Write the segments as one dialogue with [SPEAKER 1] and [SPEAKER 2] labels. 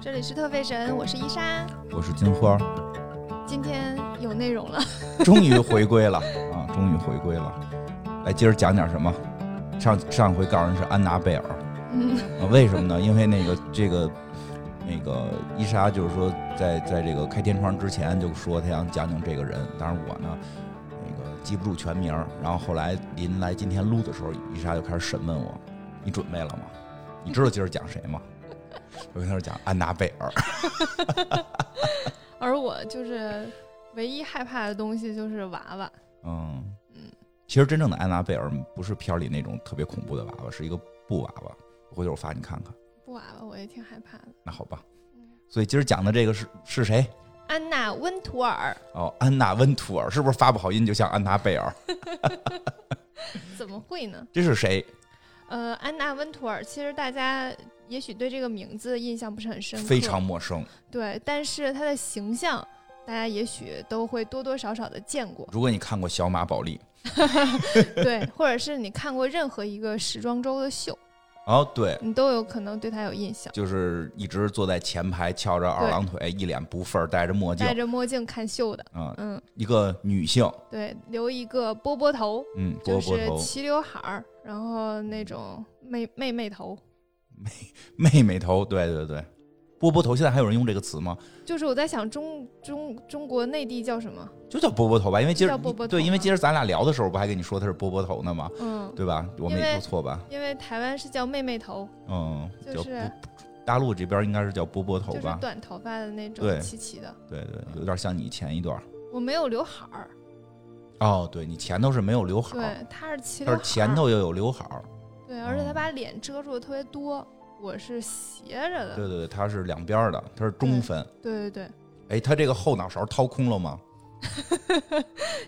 [SPEAKER 1] 这里是特费神，我是伊莎，
[SPEAKER 2] 我是金花，
[SPEAKER 1] 今天有内容了。
[SPEAKER 2] 终于回归了啊，终于回归了。来，今儿讲点什么？上上回告诉人是安娜贝尔，
[SPEAKER 1] 嗯，
[SPEAKER 2] 啊为什么呢？因为那个这个那个伊莎就是说在在这个开天窗之前就说她想讲讲这个人，但是我呢那个记不住全名儿，然后后来临来今天录的时候，伊莎就开始审问我：“你准备了吗？你知道今儿讲谁吗？” 我跟她说讲安娜贝尔，
[SPEAKER 1] 而我就是唯一害怕的东西就是娃娃，
[SPEAKER 2] 嗯
[SPEAKER 1] 嗯，
[SPEAKER 2] 其实真正的安娜贝尔不是片儿里那种特别恐怖的娃娃，是一个布娃娃。回头我发你看看。
[SPEAKER 1] 布娃娃我也挺害怕的。
[SPEAKER 2] 那好吧
[SPEAKER 1] 嗯，
[SPEAKER 2] 所以今儿讲的这个是是谁？
[SPEAKER 1] 安娜·温图尔
[SPEAKER 2] 哦，安娜温图尔是不是发不好音就像安娜贝尔？
[SPEAKER 1] 怎么会呢？
[SPEAKER 2] 这是谁？
[SPEAKER 1] 呃，安娜·温图尔，其实大家也许对这个名字印象不是很深刻，
[SPEAKER 2] 非常陌生。，
[SPEAKER 1] 对，但是她的形象，大家也许都会多多少少的见过
[SPEAKER 2] 如果你看过《小马宝莉
[SPEAKER 1] 对，或者是你看过任何一个时装周的秀，》，
[SPEAKER 2] 哦，对，
[SPEAKER 1] 你都有可能对她有印象。
[SPEAKER 2] 就是一直坐在前排，翘着二郎腿，一脸不忿儿，戴着墨镜
[SPEAKER 1] 戴，着墨镜看秀的，
[SPEAKER 2] 啊、
[SPEAKER 1] 嗯，
[SPEAKER 2] 一个女性，
[SPEAKER 1] 对，留一个波波头，
[SPEAKER 2] 嗯，
[SPEAKER 1] 就
[SPEAKER 2] 波波
[SPEAKER 1] 是
[SPEAKER 2] 头，嗯
[SPEAKER 1] 齐刘海儿，然后那种妹妹妹头，
[SPEAKER 2] 妹妹头，对对对，波波头。现在还有人用这个词吗？
[SPEAKER 1] 就是我在想中中中国内地叫什么？
[SPEAKER 2] 就叫波波头吧，因为今
[SPEAKER 1] 就
[SPEAKER 2] 儿
[SPEAKER 1] 叫波波头啊
[SPEAKER 2] 对，因为
[SPEAKER 1] 吗
[SPEAKER 2] 今儿咱俩聊的时候，不还跟你说他是波波头呢吗？
[SPEAKER 1] 嗯，
[SPEAKER 2] 对吧？我
[SPEAKER 1] 因
[SPEAKER 2] 没
[SPEAKER 1] 为
[SPEAKER 2] 说错吧？
[SPEAKER 1] 因为台湾是叫妹妹头，
[SPEAKER 2] 嗯，
[SPEAKER 1] 就
[SPEAKER 2] 叫
[SPEAKER 1] 是
[SPEAKER 2] 大陆这边应该是叫波波头
[SPEAKER 1] 就是
[SPEAKER 2] 吧？
[SPEAKER 1] 短头发的那种
[SPEAKER 2] 对
[SPEAKER 1] 齐齐的。
[SPEAKER 2] 对对，有点像你前一段儿。
[SPEAKER 1] 我没有刘海儿，
[SPEAKER 2] 哦，对你前头是没有刘海儿，
[SPEAKER 1] 对，他是齐刘
[SPEAKER 2] 但
[SPEAKER 1] 海儿，
[SPEAKER 2] 是前头又有刘海儿。
[SPEAKER 1] 对，而且他
[SPEAKER 2] 嗯
[SPEAKER 1] 把脸遮住的特别多，我是斜着的，
[SPEAKER 2] 对对对，它是两边儿的，它是中分。
[SPEAKER 1] 对对对，
[SPEAKER 2] 哎，它这个后脑勺掏空了吗？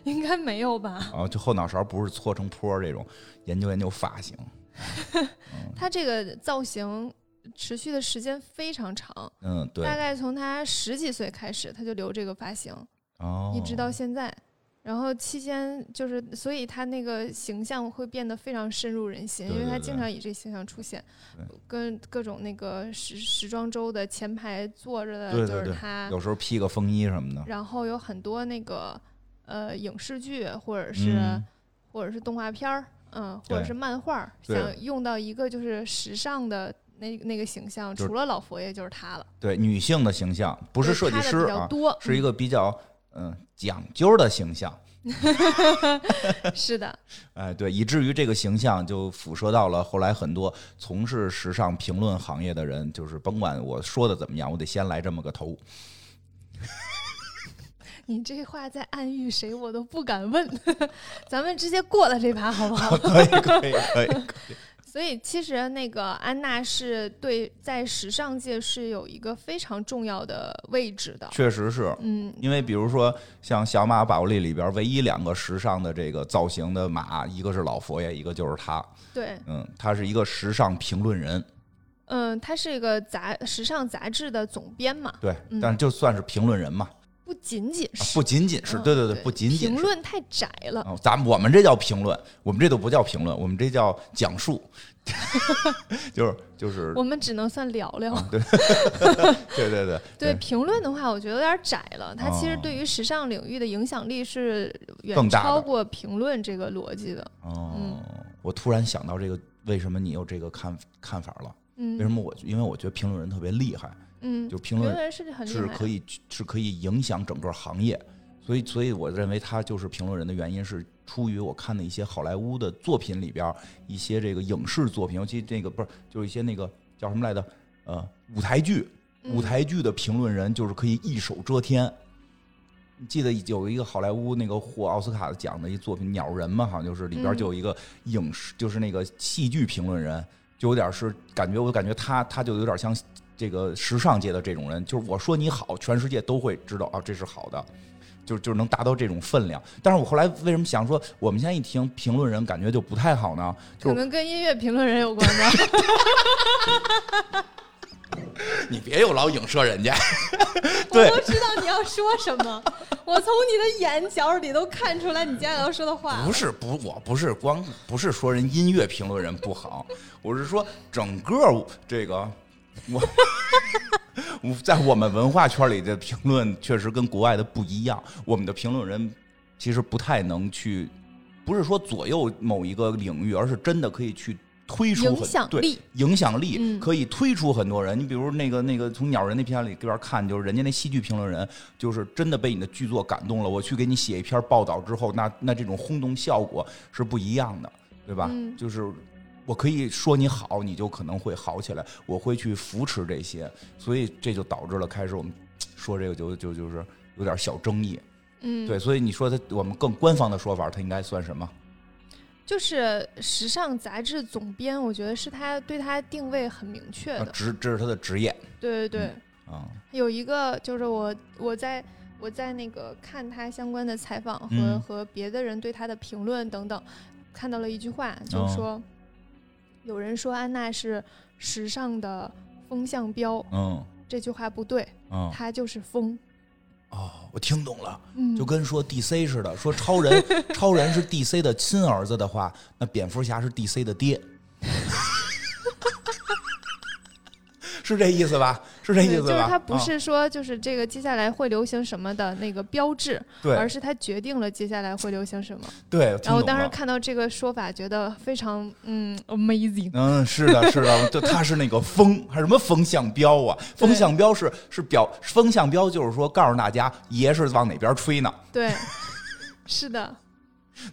[SPEAKER 1] 应该没有吧？
[SPEAKER 2] 啊，就后脑勺不是搓成坡儿这种，研究研究发型。嗯
[SPEAKER 1] 他这个造型持续的时间非常长，
[SPEAKER 2] 嗯，对
[SPEAKER 1] 大。概从他十几岁开始，他就留这个发型，
[SPEAKER 2] 哦，
[SPEAKER 1] 一直到现在。然后期间就是，所以他那个形象会变得非常深入人心，
[SPEAKER 2] 对
[SPEAKER 1] 因为他
[SPEAKER 2] 对对
[SPEAKER 1] 经常以这形象出现，
[SPEAKER 2] 对
[SPEAKER 1] 跟各种那个时时装周的前排坐着的
[SPEAKER 2] 对对
[SPEAKER 1] 就是
[SPEAKER 2] 对
[SPEAKER 1] 他，
[SPEAKER 2] 有时候披个风衣什么的。
[SPEAKER 1] 然后有很多那个呃影视剧或者是、
[SPEAKER 2] 嗯，
[SPEAKER 1] 或者是动画片儿，嗯，或者
[SPEAKER 2] 对
[SPEAKER 1] 是漫画儿，
[SPEAKER 2] 对
[SPEAKER 1] 想用到一个就是时尚的那那个形象，
[SPEAKER 2] 就是
[SPEAKER 1] 除了老佛爷就是他了，
[SPEAKER 2] 对，女性的形象不
[SPEAKER 1] 不
[SPEAKER 2] 是设计师
[SPEAKER 1] 比较
[SPEAKER 2] 啊，
[SPEAKER 1] 多，
[SPEAKER 2] 是一
[SPEAKER 1] 个
[SPEAKER 2] 个比较嗯讲究的形象。
[SPEAKER 1] 是的，
[SPEAKER 2] 哎，对，以至于这个形象就辐射到了后来很多从事时尚评论行业的人，就是甭管我说的怎么样，我得先来这么个头。
[SPEAKER 1] 你这话在暗喻谁，我都不敢问。 咱们直接过了这盘好不好？
[SPEAKER 2] 可以，可以， 可以。
[SPEAKER 1] 所以其实那个安娜是对在时尚界是有一个非常重要的位置的。
[SPEAKER 2] 确实是
[SPEAKER 1] 嗯，
[SPEAKER 2] 因为，比如说像《小马宝莉》里边唯一两个时尚的这个造型的马，一个是老佛爷，一个就是他。
[SPEAKER 1] 对，
[SPEAKER 2] 嗯，他是一个时尚评论人，
[SPEAKER 1] 嗯，她是一个杂时尚杂志的总编嘛，
[SPEAKER 2] 对
[SPEAKER 1] 嗯，
[SPEAKER 2] 但就算是评论人嘛，
[SPEAKER 1] 不仅仅
[SPEAKER 2] 啊
[SPEAKER 1] 是、
[SPEAKER 2] 不仅仅是，
[SPEAKER 1] 嗯
[SPEAKER 2] 对对对，不仅仅
[SPEAKER 1] 评
[SPEAKER 2] 是。
[SPEAKER 1] 论太窄了，
[SPEAKER 2] 啊，咱们我们这叫评论，我们这都不叫评论，我们这叫讲述， 就是就是
[SPEAKER 1] 我们只能算聊聊。
[SPEAKER 2] 啊，对，对对对
[SPEAKER 1] 对评论的话，我觉得有点窄了。它其实
[SPEAKER 2] 哦
[SPEAKER 1] 对于时尚领域的影响力是远
[SPEAKER 2] 更大的
[SPEAKER 1] 超过评论这个逻辑的。
[SPEAKER 2] 哦，我突然想到这个，为什么你有这个看看法了？
[SPEAKER 1] 嗯，
[SPEAKER 2] 为什么我？因为我觉得评论人特别厉害，
[SPEAKER 1] 嗯，
[SPEAKER 2] 就评
[SPEAKER 1] 评
[SPEAKER 2] 论
[SPEAKER 1] 论是很厉
[SPEAKER 2] 是
[SPEAKER 1] 害
[SPEAKER 2] 可以是可以影响整个行业，所以所以我认为他就是评论人的原因是出于我看的一些好莱坞的作品里边儿一些这个影视作品，尤其这个不是就是一些那个叫什么来着？呃，舞台剧，
[SPEAKER 1] 嗯
[SPEAKER 2] 舞、台剧的评论人就是可以一手遮天。你记得有一个好莱坞那个获奥斯卡奖的一作品《鸟人》嘛，好像就是里边
[SPEAKER 1] 嗯
[SPEAKER 2] 就有一个影视，就是那个戏剧评论人，就有点是感觉我感觉他他就有点像这个时尚界的这种人，就是我说你好，全世界都会知道啊，这是好的。就就是能达到这种分量，但是我后来为什么想说，我们现在一听评论人，感觉就不太好呢？
[SPEAKER 1] 可
[SPEAKER 2] 就
[SPEAKER 1] 能跟音乐评论人有关吧。
[SPEAKER 2] 你别又老影射人家，
[SPEAKER 1] 我
[SPEAKER 2] 对
[SPEAKER 1] 都知道你要说什么，我从你的眼角里都看出来你接下来要说的话
[SPEAKER 2] 不。是不，我不是光不是说人音乐评论 人不好，我是说整个这个我。在我们文化圈里的评论确实跟国外的不一样，我们的评论人其实不太能去，不是说左右某一个领域，而是真的可以去推出很
[SPEAKER 1] 影响
[SPEAKER 2] 对
[SPEAKER 1] 力，
[SPEAKER 2] 影响力、
[SPEAKER 1] 嗯
[SPEAKER 2] 可以推出很多人。你比如那个那个从鸟人那篇里里边看，就是人家那戏剧评论人，就是真的被你的剧作感动了。我去给你写一篇报道之后，那那这种轰动效果是不一样的，对吧？
[SPEAKER 1] 嗯
[SPEAKER 2] 就是我可以说你好，你就可能会好起来。我会去扶持这些，所以这就导致了开始我们说这个就就就是有点小争议。
[SPEAKER 1] 嗯，
[SPEAKER 2] 对，所以你说它我们更官方的说法，它应该算什么？
[SPEAKER 1] 就是时尚杂志总编，我觉得是他对他定位很明确
[SPEAKER 2] 啊
[SPEAKER 1] 的。
[SPEAKER 2] 职这是他的职业
[SPEAKER 1] 对对对，
[SPEAKER 2] 啊。
[SPEAKER 1] 有一个就是我我在我在那个看他相关的采访和、
[SPEAKER 2] 嗯
[SPEAKER 1] 和别的人对他的评论等等，看到了一句话，就
[SPEAKER 2] 哦
[SPEAKER 1] 是说、有人说安娜是时尚的风向标，
[SPEAKER 2] 嗯
[SPEAKER 1] 这句话不对，
[SPEAKER 2] 嗯
[SPEAKER 1] 她就是风。
[SPEAKER 2] 哦，我听懂了。
[SPEAKER 1] 嗯，
[SPEAKER 2] 就跟说 DC 似的，说超人 超人是 DC 的亲儿子的话，那蝙蝠侠是 DC 的爹， 是这意思吧？是这
[SPEAKER 1] 对
[SPEAKER 2] 意思
[SPEAKER 1] 就是
[SPEAKER 2] 吧？
[SPEAKER 1] 它不
[SPEAKER 2] 啊
[SPEAKER 1] 是说就是这个接下来会流行什么的那个标志，而
[SPEAKER 2] 对
[SPEAKER 1] 是它决定了接下来会流行什么。
[SPEAKER 2] 对，听
[SPEAKER 1] 然后
[SPEAKER 2] 懂
[SPEAKER 1] 当时
[SPEAKER 2] 了
[SPEAKER 1] 看到这个说法，觉得非常嗯 amazing。
[SPEAKER 2] 嗯，是的，是的，就它是那个风，还是什么风向标啊？
[SPEAKER 1] 对
[SPEAKER 2] 风向标是是表，风向标就是说告诉大家爷是往哪边吹呢，
[SPEAKER 1] 对，是的，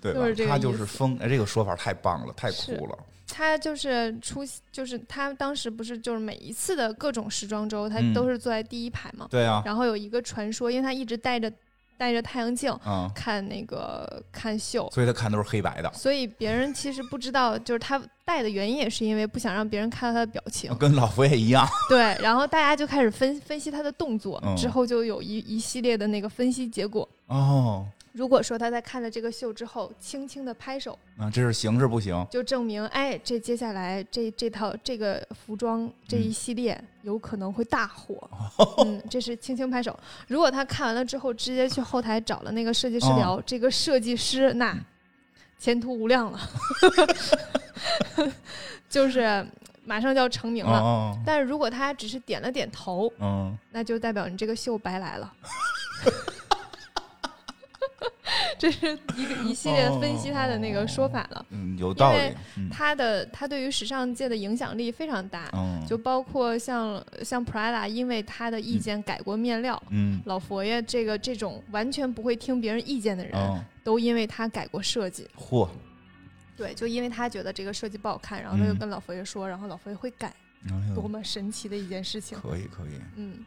[SPEAKER 2] 对吧
[SPEAKER 1] 就是这？个
[SPEAKER 2] 它
[SPEAKER 1] 意
[SPEAKER 2] 就是
[SPEAKER 1] 思
[SPEAKER 2] 风，哎，这个说法太棒了，太酷了，
[SPEAKER 1] 他就是出，就是他当时不是就是每一次的各种时装周，他
[SPEAKER 2] 嗯
[SPEAKER 1] 都是坐在第一排嘛。
[SPEAKER 2] 对啊，
[SPEAKER 1] 然后有一个传说，因为他一直戴着戴着太阳镜
[SPEAKER 2] 嗯，
[SPEAKER 1] 看那个看秀，
[SPEAKER 2] 所以他看都是黑白的，
[SPEAKER 1] 所以别人其实不知道，就是他戴的原因也是因为不想让别人看到他的表情。
[SPEAKER 2] 跟老佛爷一样，
[SPEAKER 1] 对，然后大家就开始分分析他的动作
[SPEAKER 2] 嗯，
[SPEAKER 1] 之后就有一一系列的那个分析结果。
[SPEAKER 2] 哦。
[SPEAKER 1] 如果说他在看了这个秀之后，轻轻的拍手，
[SPEAKER 2] 啊，这是行是不行？
[SPEAKER 1] 就证明，哎，这接下来这这套这个服装这一系列有可能会大火。嗯，这是轻轻拍手。如果他看完了之后，直接去后台找了那个设计师聊，这个设计师那前途无量了，就是马上就要成名了。
[SPEAKER 2] 哦，
[SPEAKER 1] 但是如果他只是点了点头，
[SPEAKER 2] 嗯，
[SPEAKER 1] 那就代表你这个秀白来了。这是一个一系列分析他的那个说法了。
[SPEAKER 2] 嗯，有道
[SPEAKER 1] 因
[SPEAKER 2] 理
[SPEAKER 1] 为，
[SPEAKER 2] 嗯
[SPEAKER 1] 他的他对于时尚界的影响力非常大，
[SPEAKER 2] 嗯，
[SPEAKER 1] 就包括像像 Prada，因为他的意见改过面料。
[SPEAKER 2] 嗯，
[SPEAKER 1] 老佛爷这个这种完全不会听别人意见的人，
[SPEAKER 2] 嗯，
[SPEAKER 1] 都因为他改过设计，
[SPEAKER 2] 嚯，
[SPEAKER 1] 对，就因为他觉得这个设计不好看，然后他就
[SPEAKER 2] 嗯
[SPEAKER 1] 跟老佛爷说，然后老佛爷会改，
[SPEAKER 2] 哎呦
[SPEAKER 1] 多么神奇的一件事情，
[SPEAKER 2] 可以可以，
[SPEAKER 1] 嗯。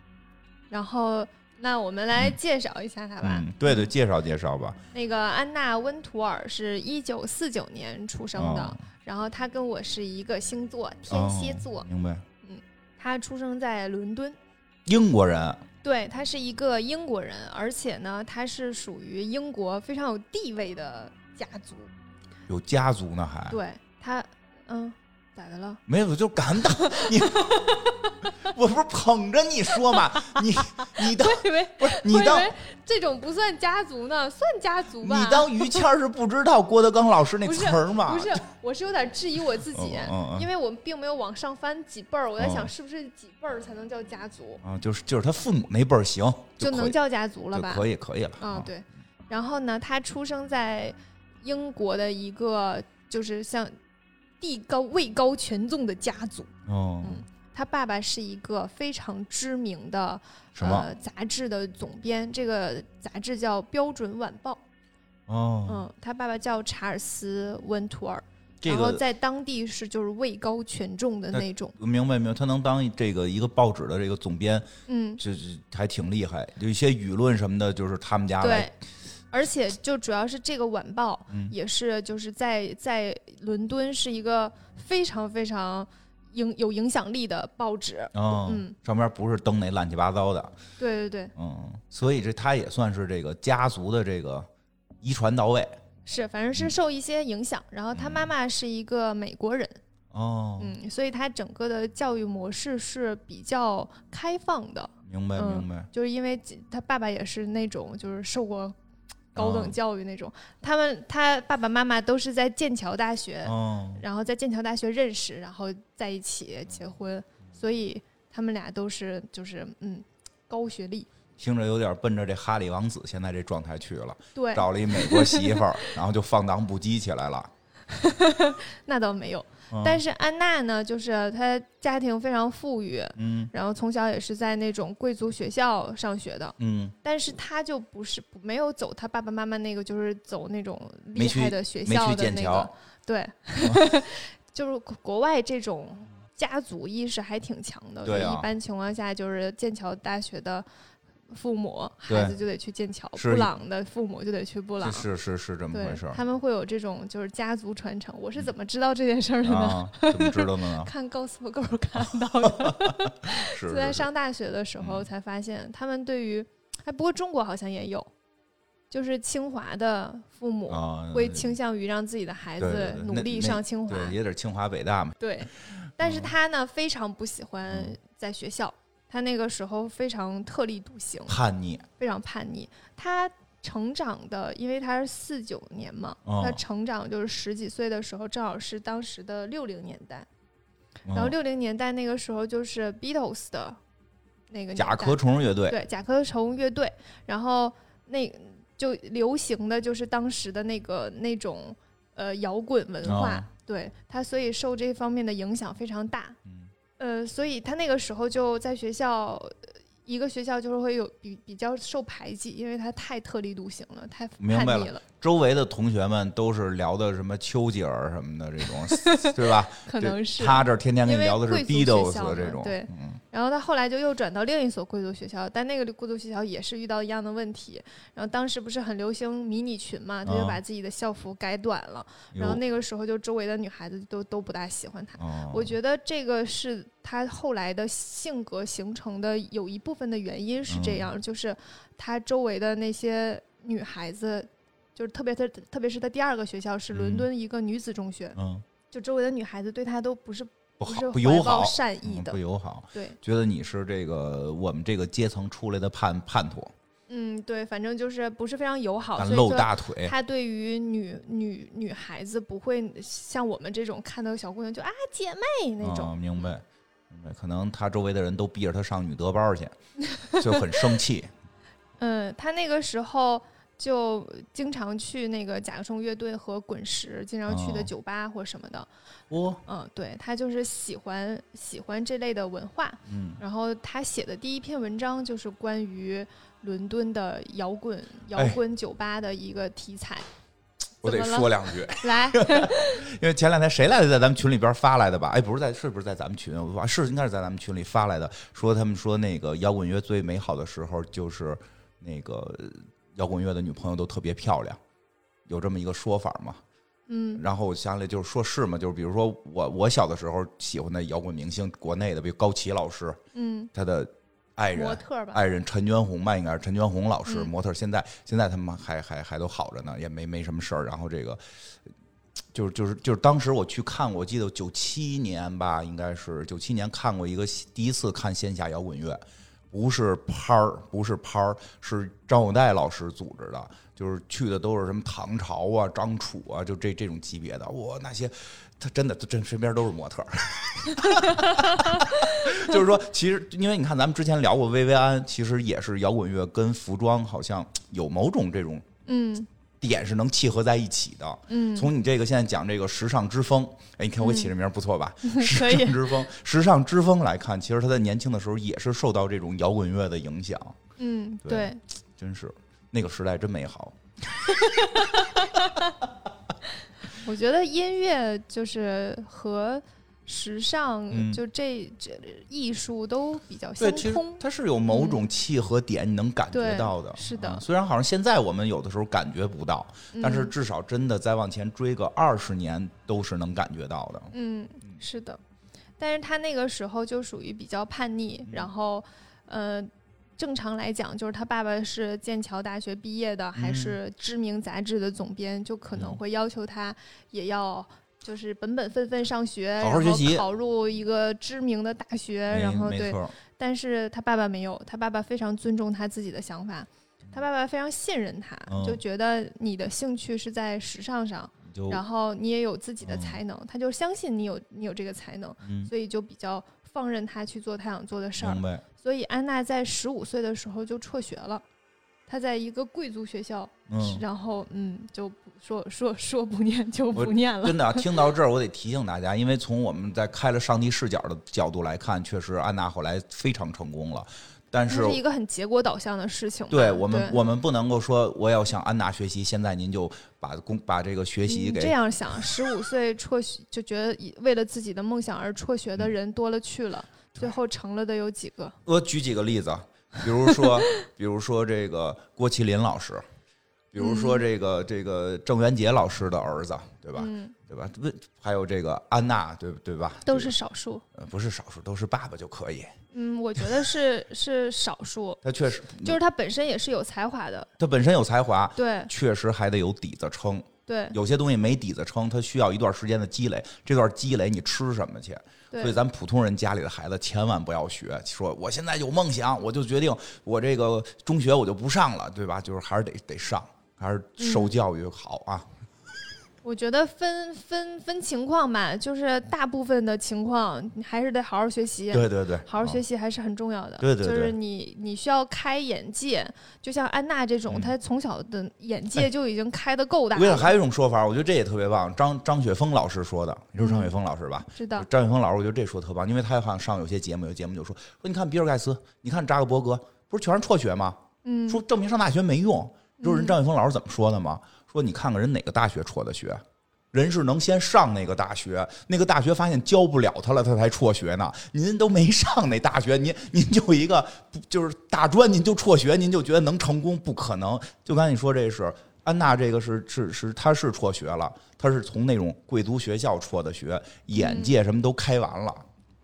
[SPEAKER 1] 然后，那我们来介绍一下他吧。
[SPEAKER 2] 嗯，对对，介绍介绍吧，
[SPEAKER 1] 那个安娜温图尔是一九四九年出生的，
[SPEAKER 2] 哦
[SPEAKER 1] 然后她跟我是一个星座，天蝎座。
[SPEAKER 2] 嗯明白？
[SPEAKER 1] 他出生在伦敦，
[SPEAKER 2] 英国人，
[SPEAKER 1] 对他是一个英国人，而且呢，他是属于英国非常有地位的家族。
[SPEAKER 2] 有家族呢，还
[SPEAKER 1] 对他，嗯，咋的了？
[SPEAKER 2] 没有，我就敢打你， 我不是捧着你说嘛，你你当
[SPEAKER 1] 以为
[SPEAKER 2] 不是
[SPEAKER 1] 我
[SPEAKER 2] 你
[SPEAKER 1] 以
[SPEAKER 2] 当
[SPEAKER 1] 为这种不算家族呢，算家族吧？
[SPEAKER 2] 你当于谦儿是不知道郭德纲老师那
[SPEAKER 1] 不是
[SPEAKER 2] 词儿嘛？
[SPEAKER 1] 不是，我是有点质疑我自己
[SPEAKER 2] 嗯，嗯嗯
[SPEAKER 1] 因为我并没有往上翻几辈儿，我在
[SPEAKER 2] 哦
[SPEAKER 1] 想是不是几辈儿才能叫家族，
[SPEAKER 2] 啊，就是就是他父母那辈儿行，
[SPEAKER 1] 就
[SPEAKER 2] 可
[SPEAKER 1] 能
[SPEAKER 2] 以
[SPEAKER 1] 叫家族了
[SPEAKER 2] 就
[SPEAKER 1] 吧？
[SPEAKER 2] 可以可以了
[SPEAKER 1] 啊，，对。然后呢，他出生在英国的一个就是像地高位高权重的家族，
[SPEAKER 2] 哦，
[SPEAKER 1] 嗯他爸爸是一个非常知名的
[SPEAKER 2] 什么？
[SPEAKER 1] 呃杂志的总编，这个杂志叫《标准晚报》。
[SPEAKER 2] 哦，
[SPEAKER 1] 嗯，他爸爸叫查尔斯·温图尔，
[SPEAKER 2] 这
[SPEAKER 1] 然后
[SPEAKER 2] 个
[SPEAKER 1] 在当地是就是位高权重的
[SPEAKER 2] 那
[SPEAKER 1] 那种。
[SPEAKER 2] 我明白明白，他能当这个一个报纸的这个总编，
[SPEAKER 1] 嗯，
[SPEAKER 2] 这这还挺厉害。有一些舆论什么的，就是他们家啊来
[SPEAKER 1] 对。而且就主要是这个晚报，
[SPEAKER 2] 嗯
[SPEAKER 1] 也是就是在在伦敦是一个非常非常影有影响力的报纸。
[SPEAKER 2] 哦，
[SPEAKER 1] 嗯
[SPEAKER 2] 上面不是登那乱七八糟的，
[SPEAKER 1] 对对对，
[SPEAKER 2] 嗯，所以这他也算是这个家族的这个遗传到位
[SPEAKER 1] 是，反正是受一些影响。然后他妈妈是一个美国人，
[SPEAKER 2] 哦，
[SPEAKER 1] 嗯，所以他整个的教育模式是比较开放的，
[SPEAKER 2] 明白
[SPEAKER 1] 嗯
[SPEAKER 2] 明白，
[SPEAKER 1] 就是因为他爸爸也是那种就是受过。高
[SPEAKER 2] 哦
[SPEAKER 1] 等教育那种，他们他爸爸妈妈都是在剑桥大学
[SPEAKER 2] 哦，
[SPEAKER 1] 呃然后在剑桥大学认识，然后在一起结婚，所以他们俩都是就是嗯高学历，
[SPEAKER 2] 听着有点奔着这哈利王子现在这状态去了，
[SPEAKER 1] 对，
[SPEAKER 2] 找了一美国媳妇儿，然后就放荡不羁起来了。
[SPEAKER 1] 那倒没有。
[SPEAKER 2] 嗯
[SPEAKER 1] 但是安娜呢，就是她家庭非常富裕，
[SPEAKER 2] 嗯
[SPEAKER 1] 然后从小也是在那种贵族学校上学的，
[SPEAKER 2] 嗯，
[SPEAKER 1] 但是她就不是没有走她爸爸妈妈那个，就是走那种
[SPEAKER 2] 没
[SPEAKER 1] 厉
[SPEAKER 2] 去
[SPEAKER 1] 害的学
[SPEAKER 2] 没
[SPEAKER 1] 校
[SPEAKER 2] 去
[SPEAKER 1] 的
[SPEAKER 2] 剑
[SPEAKER 1] 那
[SPEAKER 2] 桥
[SPEAKER 1] 个，对，
[SPEAKER 2] 哦
[SPEAKER 1] 就是国国外这种家族意识还挺强的。
[SPEAKER 2] 对啊
[SPEAKER 1] 就一般情况下，就是剑桥大学的父母
[SPEAKER 2] 对
[SPEAKER 1] 孩子就得去剑桥，
[SPEAKER 2] 是
[SPEAKER 1] 布朗的父母就得去布朗
[SPEAKER 2] 是。是是是这么
[SPEAKER 1] 对
[SPEAKER 2] 回事，儿嗯
[SPEAKER 1] 他们会有这种就是家族传承。我是怎么知道这件事儿的呢？？
[SPEAKER 2] 啊？怎么知道的呢
[SPEAKER 1] 看 Gossip Girl 看到的，
[SPEAKER 2] 是
[SPEAKER 1] 就在
[SPEAKER 2] 是是，
[SPEAKER 1] 上大学的时候
[SPEAKER 2] 嗯
[SPEAKER 1] 才发现，他们对于，哎，不过中国好像也有，就是清华的父母
[SPEAKER 2] 啊，
[SPEAKER 1] 会倾向于让自己的孩
[SPEAKER 2] 对
[SPEAKER 1] 子
[SPEAKER 2] 对对
[SPEAKER 1] 努
[SPEAKER 2] 那
[SPEAKER 1] 力
[SPEAKER 2] 那
[SPEAKER 1] 上清华，
[SPEAKER 2] 对，也得清华北大嘛。
[SPEAKER 1] 对，但是
[SPEAKER 2] 嗯
[SPEAKER 1] 他呢非常不喜欢
[SPEAKER 2] 嗯
[SPEAKER 1] 在学校，他那个时候非常特立独行，
[SPEAKER 2] 叛逆，
[SPEAKER 1] 非常叛逆。他成长的，因为他是四九年嘛，
[SPEAKER 2] 哦
[SPEAKER 1] 他成长就是十几岁的时候，正好是当时的六零年代。
[SPEAKER 2] 嗯
[SPEAKER 1] 然后六零年代那个时候就是 Beatles 的那个年
[SPEAKER 2] 甲
[SPEAKER 1] 代
[SPEAKER 2] 壳虫乐队，
[SPEAKER 1] 对甲壳虫乐队，然后那就流行的就是当时的那个那种呃摇滚文化，
[SPEAKER 2] 哦
[SPEAKER 1] 对他所以受这方面的影响非常大，
[SPEAKER 2] 嗯
[SPEAKER 1] 呃，所以他那个时候就在学校。呃一个学校就是会有比比较受排挤，因为他太特立独行了，太
[SPEAKER 2] 明
[SPEAKER 1] 叛
[SPEAKER 2] 白
[SPEAKER 1] 逆
[SPEAKER 2] 了
[SPEAKER 1] 了，
[SPEAKER 2] 周围的同学们都是聊的什么丘吉尔什么的这种，对吧？
[SPEAKER 1] 可
[SPEAKER 2] 对
[SPEAKER 1] 能是。
[SPEAKER 2] 他这儿天天跟
[SPEAKER 1] 因
[SPEAKER 2] 你
[SPEAKER 1] 为
[SPEAKER 2] 聊的是
[SPEAKER 1] 贵族学
[SPEAKER 2] Beatles
[SPEAKER 1] 校
[SPEAKER 2] 的这
[SPEAKER 1] 嘛
[SPEAKER 2] 种，
[SPEAKER 1] 对
[SPEAKER 2] 嗯，
[SPEAKER 1] 然后他后来就又转到另一所贵族学校，但那个贵族学校也是遇到一样的问题。然后当时不是很流行迷你裙嘛，他就
[SPEAKER 2] 啊
[SPEAKER 1] 把自己的校服改短了。然后那个时候就周围的女孩子都都不大喜欢他。
[SPEAKER 2] 那
[SPEAKER 1] 我觉得这个是他后来的性格形成的有一部分的原因是
[SPEAKER 2] 嗯
[SPEAKER 1] 这样，就是他周围的那些女孩子，就是特别特特别是他第二个学校是伦
[SPEAKER 2] 嗯
[SPEAKER 1] 敦一个女子中学，
[SPEAKER 2] 嗯
[SPEAKER 1] 就周围的女孩子对他都不是
[SPEAKER 2] 不
[SPEAKER 1] 是
[SPEAKER 2] 好不
[SPEAKER 1] 怀
[SPEAKER 2] 友
[SPEAKER 1] 抱
[SPEAKER 2] 好，
[SPEAKER 1] 善意
[SPEAKER 2] 嗯
[SPEAKER 1] 的
[SPEAKER 2] 不，友好，
[SPEAKER 1] 对，
[SPEAKER 2] 觉得你是这个我们这个阶层出来的叛叛徒，
[SPEAKER 1] 嗯对，反正就是不是非常友好，
[SPEAKER 2] 敢
[SPEAKER 1] 哦所以
[SPEAKER 2] 露
[SPEAKER 1] 说
[SPEAKER 2] 大腿，
[SPEAKER 1] 他对于女女女孩子不会像我们这种看到小姑娘就啊姐妹那种，嗯
[SPEAKER 2] 啊明白。明白可能他周围的人都逼着他上女德班儿去，就很生气。
[SPEAKER 1] 嗯，他那个时候就经常去那个甲壳虫乐队和滚石经常去的
[SPEAKER 2] 哦
[SPEAKER 1] 酒吧或什么的。
[SPEAKER 2] 哦，
[SPEAKER 1] 嗯，对他就是喜欢喜欢这类的文化。
[SPEAKER 2] 嗯，
[SPEAKER 1] 然后他写的第一篇文章就是关于伦敦的摇滚摇
[SPEAKER 2] 哎
[SPEAKER 1] 滚酒吧的一个题材。
[SPEAKER 2] 我得
[SPEAKER 1] 怎么了
[SPEAKER 2] 说两句，
[SPEAKER 1] 来，
[SPEAKER 2] 因为前两天谁来的，在咱们群里边发来的吧？哎，不是在，是不是在咱们群？我忘是应该是在咱们群里发来的，说他们说那个摇滚乐最美好的时候就是那个呃摇滚乐的女朋友都特别漂亮，有这么一个说法嘛？
[SPEAKER 1] 嗯，
[SPEAKER 2] 然后我想起来就是说是嘛，就是比如说我我小的时候喜欢的摇滚明星，国内的，比如高旗老师，
[SPEAKER 1] 嗯，
[SPEAKER 2] 他的爱
[SPEAKER 1] 模
[SPEAKER 2] 人。
[SPEAKER 1] 特儿吧，
[SPEAKER 2] 爱人陈娟红吧，应该是陈娟红老师，
[SPEAKER 1] 嗯
[SPEAKER 2] 模特儿。现在现在他们还还还都好着呢，也没没什么事儿。然后这个就是就是就是当时我去看过，我记得九七年吧，应该是九七年看过一个第一次看线下摇滚乐，不是拍儿，不是拍儿，是张友代老师组织的，就是去的都是什么唐朝啊、张楚啊，就这这种级别的。哇，那些他真的真身边都是模特儿。 就是说，其实因为你看，咱们之前聊过薇薇安，其实也是摇滚乐跟服装好像有某种这种
[SPEAKER 1] 嗯
[SPEAKER 2] 点是能契合在一起的。
[SPEAKER 1] 嗯，
[SPEAKER 2] 从你这个现在讲这个时尚之风，哎，你看我起这名儿不错吧？ 时
[SPEAKER 1] 可以
[SPEAKER 2] 尚之风，时尚之风来看，其实他在年轻的时候也是受到这种摇滚乐的影响，
[SPEAKER 1] 嗯
[SPEAKER 2] 对
[SPEAKER 1] 对，
[SPEAKER 2] 真是那个时代真美好。
[SPEAKER 1] 我觉得音乐就是和时尚，
[SPEAKER 2] 嗯
[SPEAKER 1] 就这这艺术都比较
[SPEAKER 2] 对，
[SPEAKER 1] 相
[SPEAKER 2] 其实
[SPEAKER 1] 通。
[SPEAKER 2] 它是有某种契合点，你能感觉
[SPEAKER 1] 对
[SPEAKER 2] 到的。
[SPEAKER 1] 是的
[SPEAKER 2] 嗯虽然好像现在我们有的时候感觉不到，
[SPEAKER 1] 嗯
[SPEAKER 2] 但是至少真的再往前追个二十年，都是能感觉到的。
[SPEAKER 1] 嗯，嗯，是的。但是他那个时候就属于比较叛
[SPEAKER 2] 嗯
[SPEAKER 1] 逆，然后，呃，正常来讲，就是他爸爸是剑桥大学毕业的，还
[SPEAKER 2] 嗯
[SPEAKER 1] 是知名杂志的总编，就可能
[SPEAKER 2] 嗯
[SPEAKER 1] 会要求他也要。就是本本分分上学，
[SPEAKER 2] 好好
[SPEAKER 1] 然后
[SPEAKER 2] 学习
[SPEAKER 1] 考入一个知名的大学，
[SPEAKER 2] 没
[SPEAKER 1] 然后
[SPEAKER 2] 没
[SPEAKER 1] 对
[SPEAKER 2] 错儿，
[SPEAKER 1] 但是他爸爸没有，他爸爸非常尊重他自己的想法，他爸爸非常信任他，
[SPEAKER 2] 嗯
[SPEAKER 1] 就觉得你的兴趣是在时尚上，
[SPEAKER 2] 你就
[SPEAKER 1] 然后你也有自己的
[SPEAKER 2] 嗯
[SPEAKER 1] 才能，他就相信你有你有这个才能，
[SPEAKER 2] 嗯
[SPEAKER 1] 所以就比较放任他去做他想做的事儿
[SPEAKER 2] 明。白，
[SPEAKER 1] 所以安娜在十五岁的时候就辍学了，她在一个贵族学校，
[SPEAKER 2] 嗯，
[SPEAKER 1] 然后嗯，就不说说说不念就
[SPEAKER 2] 我
[SPEAKER 1] 不念了。
[SPEAKER 2] 真的啊，听到这儿，我得提醒大家，因为从我们在开了上帝视角的角度来看，确实安娜后来非常成功了。但
[SPEAKER 1] 这
[SPEAKER 2] 是
[SPEAKER 1] 是一个嗯很结果导向的事情嘛。
[SPEAKER 2] 对我们，我们不能够说我要向安娜学习，现在您就把工把这个学习
[SPEAKER 1] 你嗯
[SPEAKER 2] 给
[SPEAKER 1] 这样想，十五岁辍学就觉得以为了自己的梦想而辍学
[SPEAKER 2] 嗯
[SPEAKER 1] 的人多了去了，最后成了的有几个？
[SPEAKER 2] 我举几个例子，啊，比如说，比如说这个郭麒麟老师，比如说这个、这个郑渊洁老师的儿子，对吧？
[SPEAKER 1] 嗯，
[SPEAKER 2] 对吧？问还有这个安娜，对对吧？
[SPEAKER 1] 都是少数。
[SPEAKER 2] 呃不是少数，都是爸爸就可以。
[SPEAKER 1] 嗯，我觉得是是少数，
[SPEAKER 2] 他确实，
[SPEAKER 1] 就是他本身也是有才华的。
[SPEAKER 2] 他本身有才华，
[SPEAKER 1] 对
[SPEAKER 2] 确实还得有底子撑。
[SPEAKER 1] 对
[SPEAKER 2] 有些东西没底子撑，它需要一段时间的积累。这段积累你吃什么去？所以
[SPEAKER 1] 对，
[SPEAKER 2] 咱普通人家里的孩子千万不要学，说我现在有梦想，我就决定我这个中学我就不上了，对吧？就是还是得得上，还是受教育好啊。
[SPEAKER 1] 我觉得分分分情况吧，就是大部分的情况你还是得好好学习。
[SPEAKER 2] 对对对，
[SPEAKER 1] 好好学
[SPEAKER 2] 习。
[SPEAKER 1] 习还是很重要的，
[SPEAKER 2] 对对
[SPEAKER 1] 就
[SPEAKER 2] 对
[SPEAKER 1] 是你你需要开眼界，就像安娜这种，
[SPEAKER 2] 嗯哎
[SPEAKER 1] 她从小的眼界就已经开得够大
[SPEAKER 2] 我跟你
[SPEAKER 1] 了。
[SPEAKER 2] 讲，还有一种说法，我觉得这也特别棒。张张雪峰老师说的，你说张雪峰老师吧？
[SPEAKER 1] 知道，
[SPEAKER 2] 张雪峰老师，我觉得这说得特棒，因为他好像上有些节目，有节目就说说，你看比尔盖茨，你看扎克伯格，不是全是辍学吗？
[SPEAKER 1] 嗯，
[SPEAKER 2] 说证明上大学没用。
[SPEAKER 1] 嗯
[SPEAKER 2] 就是人张雪峰老师怎么说的吗？说你看看人哪个大学辍的学，人是能先上那个大学，那个大学发现教不了他了，他才辍学呢。您都没上那大学，您您就一个就是大专，您就辍学，您就觉得能成功？不可能。就刚才你说这是。安娜这个是是是，她是辍学了，她是从那种贵族学校辍的学，眼
[SPEAKER 1] 嗯
[SPEAKER 2] 界什么都开完了。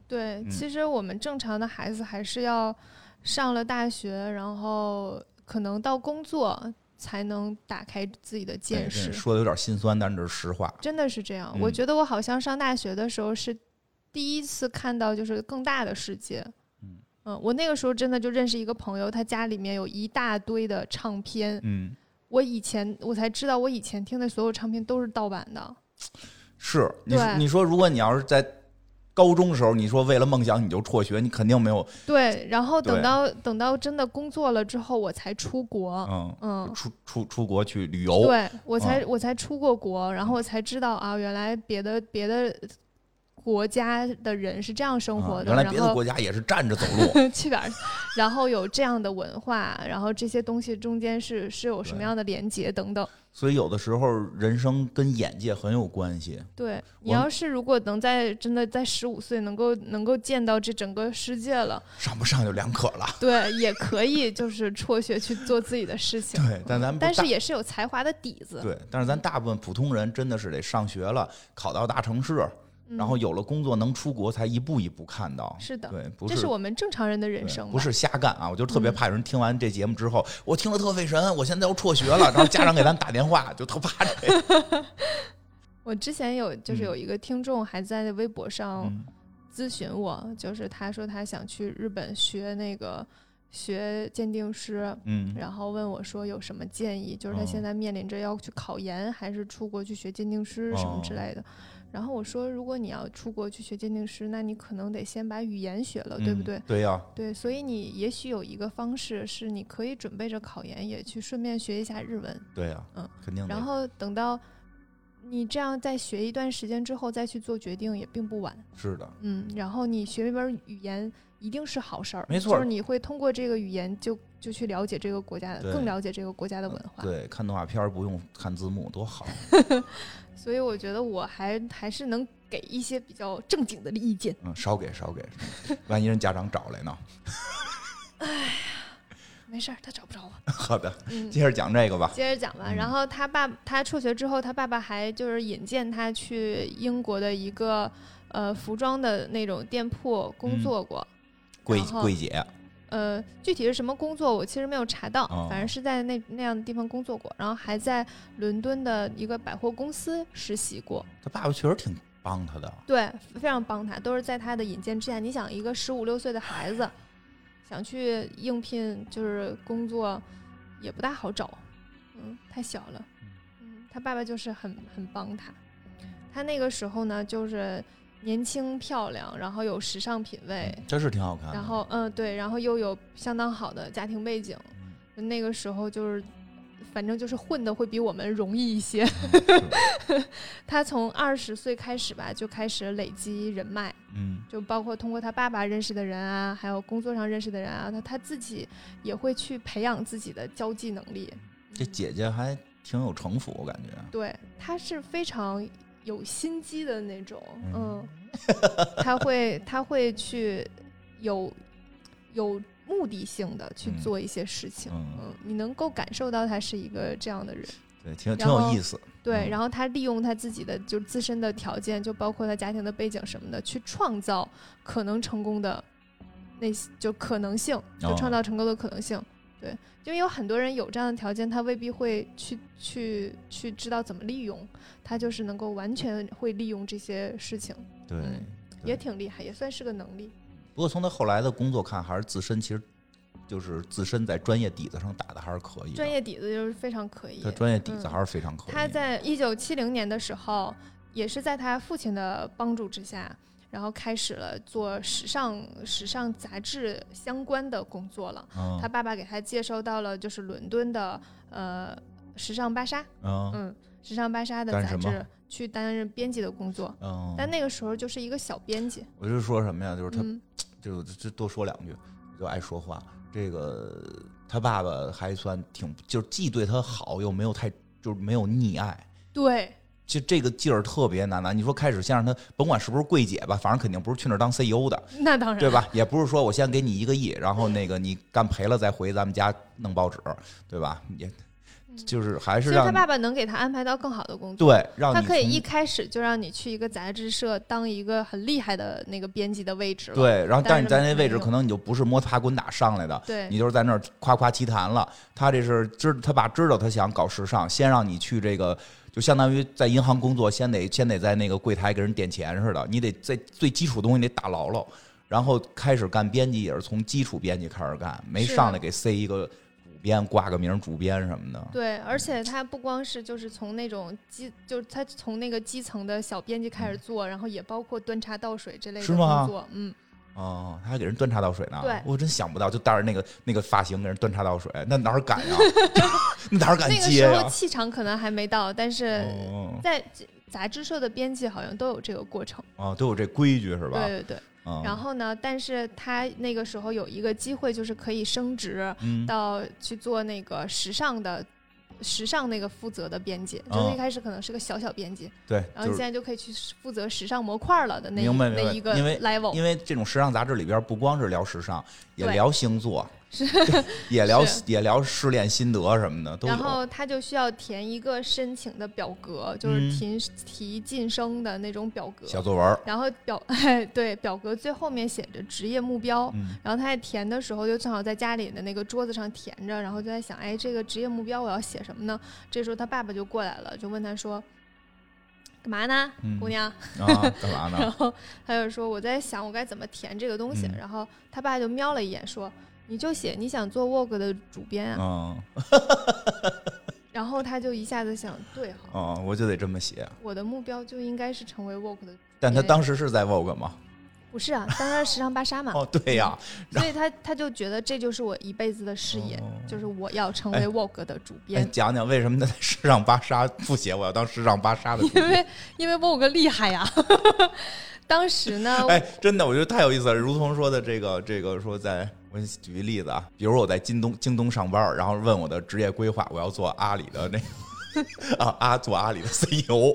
[SPEAKER 1] 对，
[SPEAKER 2] 嗯
[SPEAKER 1] 其实我们正常的孩子还是要上了大学，然后可能到工作才能打开自己的
[SPEAKER 2] 哎
[SPEAKER 1] 见
[SPEAKER 2] 真是
[SPEAKER 1] 识，
[SPEAKER 2] 说的有点心酸，但是这是实话。
[SPEAKER 1] 真的是这样。我
[SPEAKER 2] 嗯
[SPEAKER 1] 觉得我好像上大学的时候是第一次看到就是更大的世界。
[SPEAKER 2] 嗯
[SPEAKER 1] 嗯，我那个时候真的就认识一个朋友，他家里面有一大堆的唱片，
[SPEAKER 2] 嗯，
[SPEAKER 1] 我以前我才知道，我以前听的所有唱片都是盗版的。
[SPEAKER 2] 是，你说
[SPEAKER 1] 对
[SPEAKER 2] 你说，如果你要是在高中时候，你说为了梦想你就辍学，你肯定没有，
[SPEAKER 1] 对，然后等
[SPEAKER 2] 对
[SPEAKER 1] 到等到真的工作了之后，我才出国。
[SPEAKER 2] 嗯，哦
[SPEAKER 1] 嗯，
[SPEAKER 2] 出出出国去旅游，
[SPEAKER 1] 对我才、我才出过国，然后我才知道啊，原来别的别的国家的人是这样生活
[SPEAKER 2] 啊
[SPEAKER 1] 的，
[SPEAKER 2] 原来
[SPEAKER 1] 然
[SPEAKER 2] 别的
[SPEAKER 1] 后
[SPEAKER 2] 国家也是站着走路，
[SPEAKER 1] 去哪儿，然后有这样的文化，然后这些东西中间是是有什么
[SPEAKER 2] 对
[SPEAKER 1] 样的连接等等。
[SPEAKER 2] 所以有的时候人生跟眼界很有关系。
[SPEAKER 1] 对你
[SPEAKER 2] 我
[SPEAKER 1] 要是如果能在真的在十五岁能够能够见到这整个世界了，
[SPEAKER 2] 上不上就两可 了，
[SPEAKER 1] 对，也可以就是辍学去做自己的事情。
[SPEAKER 2] 对，但咱
[SPEAKER 1] 嗯
[SPEAKER 2] 不
[SPEAKER 1] 但是
[SPEAKER 2] 大
[SPEAKER 1] 也是有才华的底子。
[SPEAKER 2] 对，但是咱大部分普通人真的是得上学了，考到大城市，
[SPEAKER 1] 嗯
[SPEAKER 2] 然后有了工作能出国，才一步一步看到。
[SPEAKER 1] 是的，
[SPEAKER 2] 对，不
[SPEAKER 1] 这
[SPEAKER 2] 是
[SPEAKER 1] 是我们正常人的人
[SPEAKER 2] 对
[SPEAKER 1] 生吧，
[SPEAKER 2] 不是瞎干啊！我就特别
[SPEAKER 1] 嗯
[SPEAKER 2] 怕有人听完这节目之后，我听了特费神，我现在要辍学了，然后家长给咱打电话，就特怕这个。
[SPEAKER 1] 我之前有就是有一个听众还在微博上
[SPEAKER 2] 嗯
[SPEAKER 1] 咨询我，就是他说他想去日本学那个学鉴定师，
[SPEAKER 2] 嗯
[SPEAKER 1] 然后问我说有什么建议，就是他
[SPEAKER 2] 哦
[SPEAKER 1] 现在面临着要去考研，还是出国去学鉴定师什么之
[SPEAKER 2] 哦
[SPEAKER 1] 类的。然后我说，如果你要出国去学鉴定师，那你可能得先把语言学了，对不对？
[SPEAKER 2] 嗯对呀、
[SPEAKER 1] 对，所以你也许有一个方式是，你可以准备着考研，也去顺便学一下日文，
[SPEAKER 2] 对呀、
[SPEAKER 1] 嗯，
[SPEAKER 2] 肯定的。
[SPEAKER 1] 然后等到你这样再学一段时间之后再去做决定也并不晚。
[SPEAKER 2] 是的，
[SPEAKER 1] 嗯，然后你学一门语言一定是好事儿，
[SPEAKER 2] 没
[SPEAKER 1] 就
[SPEAKER 2] 错
[SPEAKER 1] 是你会通过这个语言就就去了解这个国家的，
[SPEAKER 2] 对嗯
[SPEAKER 1] 更了解这个国家的文化。
[SPEAKER 2] 对，看动画片儿不用看字幕，多好。
[SPEAKER 1] 所以我觉得我还还是能给一些比较正经的意见。
[SPEAKER 2] 嗯，少给少给，万一人家长找来呢？
[SPEAKER 1] 没事儿，他找不 着我。
[SPEAKER 2] 好的，
[SPEAKER 1] 嗯，
[SPEAKER 2] 接着讲这个吧。
[SPEAKER 1] 接着讲吧。
[SPEAKER 2] 嗯
[SPEAKER 1] 然后他爸他辍学之后，他爸爸还就是引荐他去英国的一个呃服装的那种店铺工
[SPEAKER 2] 嗯
[SPEAKER 1] 作过。
[SPEAKER 2] 柜
[SPEAKER 1] 然后
[SPEAKER 2] 柜姐，
[SPEAKER 1] 呃，具体是什么工作我其实没有查到，
[SPEAKER 2] 哦
[SPEAKER 1] 反正是在那那样的地方工作过，然后还在伦敦的一个百货公司实习过。
[SPEAKER 2] 他爸爸确实挺帮他的。
[SPEAKER 1] 对，非常帮他，都是在他的引荐之下。你想，一个十五六岁的孩子想去应聘，就是工作也不大好找，嗯，太小了。嗯嗯，他爸爸就是很很帮他。他那个时候呢，就是年轻漂亮，然后有时尚品味，
[SPEAKER 2] 嗯真是挺好看的。
[SPEAKER 1] 然后嗯对，然后又有相当好的家庭背景。
[SPEAKER 2] 嗯，
[SPEAKER 1] 那个时候就是，反正就是混的会比我们容易一些。
[SPEAKER 2] 嗯是
[SPEAKER 1] 他从二十岁开始吧，就开始累积人脉，
[SPEAKER 2] 嗯
[SPEAKER 1] 就包括通过他爸爸认识的人啊，还有工作上认识的人啊，他他自己也会去培养自己的交际能力。
[SPEAKER 2] 这姐姐还挺有城府，我感觉。
[SPEAKER 1] 对，他是非常有心机的那种，
[SPEAKER 2] 嗯
[SPEAKER 1] 嗯，他会他会去有有目的性的去
[SPEAKER 2] 嗯
[SPEAKER 1] 做一些事情，
[SPEAKER 2] 嗯
[SPEAKER 1] 嗯，你能够感受到他是一个这样的人。
[SPEAKER 2] 对，挺有挺
[SPEAKER 1] 嗯然
[SPEAKER 2] 有
[SPEAKER 1] 后
[SPEAKER 2] 意思。
[SPEAKER 1] 对，
[SPEAKER 2] 嗯
[SPEAKER 1] 然后他利用他自己的就自身的条件，就包括他家庭的背景什么的，去创造可能成功的那些就可能性，就
[SPEAKER 2] 哦
[SPEAKER 1] 创造成功的可能性。对，因为有很多人有这样的条件，他未必会去去去知道怎么利用，他就是能够完全会利用这些事情，
[SPEAKER 2] 对，
[SPEAKER 1] 嗯
[SPEAKER 2] 对
[SPEAKER 1] 也挺厉害，也算是个能力。
[SPEAKER 2] 不过从她后来的工作看，还是自身其实就是自身在专业底子上打的还是可以的。
[SPEAKER 1] 专业底子就是非常可以
[SPEAKER 2] 她。专业底子
[SPEAKER 1] 嗯
[SPEAKER 2] 还是非常可以。
[SPEAKER 1] 他在一九七零年的时候，也是在他父亲的帮助之下，然后开始了做时尚、时尚杂志相关的工作了。
[SPEAKER 2] 嗯
[SPEAKER 1] 他爸爸给他介绍到了就是伦敦的呃时尚芭莎，
[SPEAKER 2] 嗯
[SPEAKER 1] 嗯，时尚芭莎的
[SPEAKER 2] 干
[SPEAKER 1] 杂
[SPEAKER 2] 什么
[SPEAKER 1] 志去担任编辑的工作。
[SPEAKER 2] 嗯，
[SPEAKER 1] 但那个时候就是一个小编辑，
[SPEAKER 2] 我就说什么呀？就是她
[SPEAKER 1] 嗯，
[SPEAKER 2] 就这多说两句，我就爱说话。这个他爸爸还算挺，就是既对他好，又没有太，就是没有溺爱。
[SPEAKER 1] 对，
[SPEAKER 2] 就这个劲儿特别难拿。你说开始先让他，甭管是不是柜姐吧，反正肯定不是去那儿当 CEO 的，
[SPEAKER 1] 那当 然，
[SPEAKER 2] 对吧？也不是说我先给你一个亿，然后那个你干赔了再回咱们家弄报纸，对吧？也就是还
[SPEAKER 1] 其
[SPEAKER 2] 是
[SPEAKER 1] 实嗯他
[SPEAKER 2] 让你
[SPEAKER 1] 爸爸能给他安排到更好的工作。
[SPEAKER 2] 对让
[SPEAKER 1] 他
[SPEAKER 2] 你
[SPEAKER 1] 可以
[SPEAKER 2] 从
[SPEAKER 1] 一开始就让你去一个杂志社当一个很厉害的那个编辑的位置了。
[SPEAKER 2] 对，然后
[SPEAKER 1] 但
[SPEAKER 2] 但
[SPEAKER 1] 是
[SPEAKER 2] 是你在那位置
[SPEAKER 1] 没有
[SPEAKER 2] 可能你就不是摸爬滚打上来的，
[SPEAKER 1] 对
[SPEAKER 2] 你就是在那儿夸夸其谈了。他这是知他爸知道他想搞时尚，先让你去这个，就相当于在银行工作，先得先得在那个柜台给人点钱似的，你得在最基础的东西得打牢喽。然后开始干编辑也是从基础编辑开始干，没
[SPEAKER 1] 是
[SPEAKER 2] 上
[SPEAKER 1] 的
[SPEAKER 2] 来给塞一个主编挂个名儿主编什么的。
[SPEAKER 1] 对而且他不光是就是从那种基，就是他从那个基层的小编辑开始做，然后也包括端茶倒水之类的
[SPEAKER 2] 嗯是吗
[SPEAKER 1] 工作。嗯，
[SPEAKER 2] 哦，他还给人端茶倒水呢。
[SPEAKER 1] 对
[SPEAKER 2] 我真想不到，就带着那个那个发型给人端茶倒水，那哪儿敢 呀？那哪儿敢
[SPEAKER 1] 那个
[SPEAKER 2] 接
[SPEAKER 1] 时
[SPEAKER 2] 呀
[SPEAKER 1] 候？气场可能还没到，但是
[SPEAKER 2] 哦
[SPEAKER 1] 在杂志社的编辑好像都有这个过程。
[SPEAKER 2] 哦，都有这规矩是吧？
[SPEAKER 1] 对对对。
[SPEAKER 2] 嗯，
[SPEAKER 1] 然后呢，但是他那个时候有一个机会，就是可以升职，
[SPEAKER 2] 嗯
[SPEAKER 1] 到去做那个时尚的，时尚那个负责的编辑，就是
[SPEAKER 2] 哦
[SPEAKER 1] 一开始可能是个小小编辑，
[SPEAKER 2] 对，
[SPEAKER 1] 然后
[SPEAKER 2] 就
[SPEAKER 1] 你现
[SPEAKER 2] 是
[SPEAKER 1] 在就可以去负责时尚模块了的那一
[SPEAKER 2] 明白明白
[SPEAKER 1] 那一个
[SPEAKER 2] 因为
[SPEAKER 1] level，
[SPEAKER 2] 因为这种时尚杂志里边不光是聊时尚，也
[SPEAKER 1] 对
[SPEAKER 2] 聊星座，也聊
[SPEAKER 1] 是
[SPEAKER 2] 也聊失恋心得什么的都
[SPEAKER 1] 然
[SPEAKER 2] 有。
[SPEAKER 1] 后他就需要填一个申请的表格，就是
[SPEAKER 2] 嗯
[SPEAKER 1] 提、提晋升的那种表格，
[SPEAKER 2] 小作文儿，
[SPEAKER 1] 然后表 对表格最后面写着职业目标，
[SPEAKER 2] 嗯，
[SPEAKER 1] 然后他在填的时候，就正好在家里的那个桌子上填着，然后就在想，哎，这个职业目标我要写什么呢？这时候他爸爸就过来了，就问他说：“干嘛呢，
[SPEAKER 2] 嗯
[SPEAKER 1] 姑娘
[SPEAKER 2] 啊，干嘛？”
[SPEAKER 1] 然
[SPEAKER 2] 呢？
[SPEAKER 1] 后他就说：“我在想我该怎么填这个东西。
[SPEAKER 2] 嗯
[SPEAKER 1] 然后他爸就瞄了一眼说：“你就写你想做 Vogue 的主编啊。
[SPEAKER 2] 嗯
[SPEAKER 1] 然后他就一下子想，对哈，
[SPEAKER 2] 嗯，我就得这么写。
[SPEAKER 1] 我的目标就应该是成为 Vogue 的，
[SPEAKER 2] 但他当时是在 Vogue 吗？
[SPEAKER 1] 不是啊，嗯当然时尚芭莎嘛。
[SPEAKER 2] 哦，对呀，
[SPEAKER 1] 所以他他就觉得这就是我一辈子的事业，
[SPEAKER 2] 哦
[SPEAKER 1] 就是我要成
[SPEAKER 2] 哎
[SPEAKER 1] 为 Vogue 的主编。
[SPEAKER 2] 哎，讲讲为什么他在时尚芭莎不写我要当时尚芭莎的主
[SPEAKER 1] 因
[SPEAKER 2] 编？
[SPEAKER 1] 为因为 Vogue 厉害呀。 当时呢，
[SPEAKER 2] 哎，真的，我觉得太有意思了。如同说的这个这个说在，我举个例子啊，比如我在京东京东上班，然后问我的职业规划，我要做阿里的那个 啊啊，做阿里的 CEO。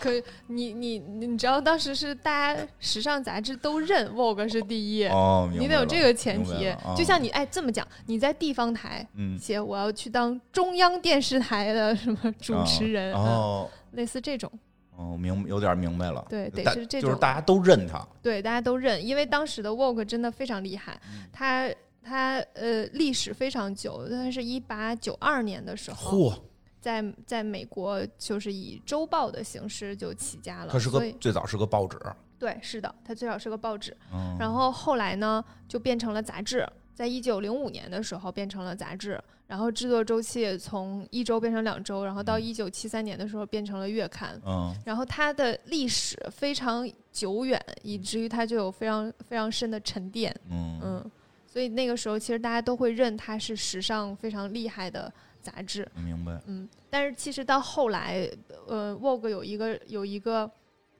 [SPEAKER 1] 可你你你知道，当时是大家时尚杂志都认 Vogue 是第一，
[SPEAKER 2] 哦，明白
[SPEAKER 1] 你得有
[SPEAKER 2] 了
[SPEAKER 1] 这个前
[SPEAKER 2] 明白
[SPEAKER 1] 提
[SPEAKER 2] 了。啊
[SPEAKER 1] 就像你哎这么讲，你在地方台
[SPEAKER 2] 嗯
[SPEAKER 1] 写我要去当中央电视台的什么主持人，嗯
[SPEAKER 2] 啊哦
[SPEAKER 1] 类似这种，
[SPEAKER 2] 哦，明有点明白了。
[SPEAKER 1] 对得
[SPEAKER 2] 但
[SPEAKER 1] 是这
[SPEAKER 2] 就是
[SPEAKER 1] 种
[SPEAKER 2] 大家都认他。
[SPEAKER 1] 对大家都认，因为当时的 Vogue 真的非常厉害，
[SPEAKER 2] 嗯
[SPEAKER 1] 它它呃历史非常久，它是一八九二年的时候，
[SPEAKER 2] 嚯，
[SPEAKER 1] 在在美国就是以周报的形式就起家了，
[SPEAKER 2] 他是
[SPEAKER 1] 所
[SPEAKER 2] 个
[SPEAKER 1] 以
[SPEAKER 2] 最早是个报纸，
[SPEAKER 1] 对，是的，它最早是个报纸，
[SPEAKER 2] 嗯，
[SPEAKER 1] 然后后来呢就变成了杂志，在一九零五年的时候变成了杂志，然后制作周期从一周变成两周，然后到
[SPEAKER 2] 嗯
[SPEAKER 1] 一九七三年的时候变成了月刊。
[SPEAKER 2] 嗯
[SPEAKER 1] 然后它的历史非常久远，以至于它就有非常非常深的沉淀。
[SPEAKER 2] 嗯
[SPEAKER 1] 嗯，所以那个时候其实大家都会认它是时尚非常厉害的杂志。
[SPEAKER 2] 明白。
[SPEAKER 1] 嗯，但是其实到后来，呃，Vogue 有一个有一个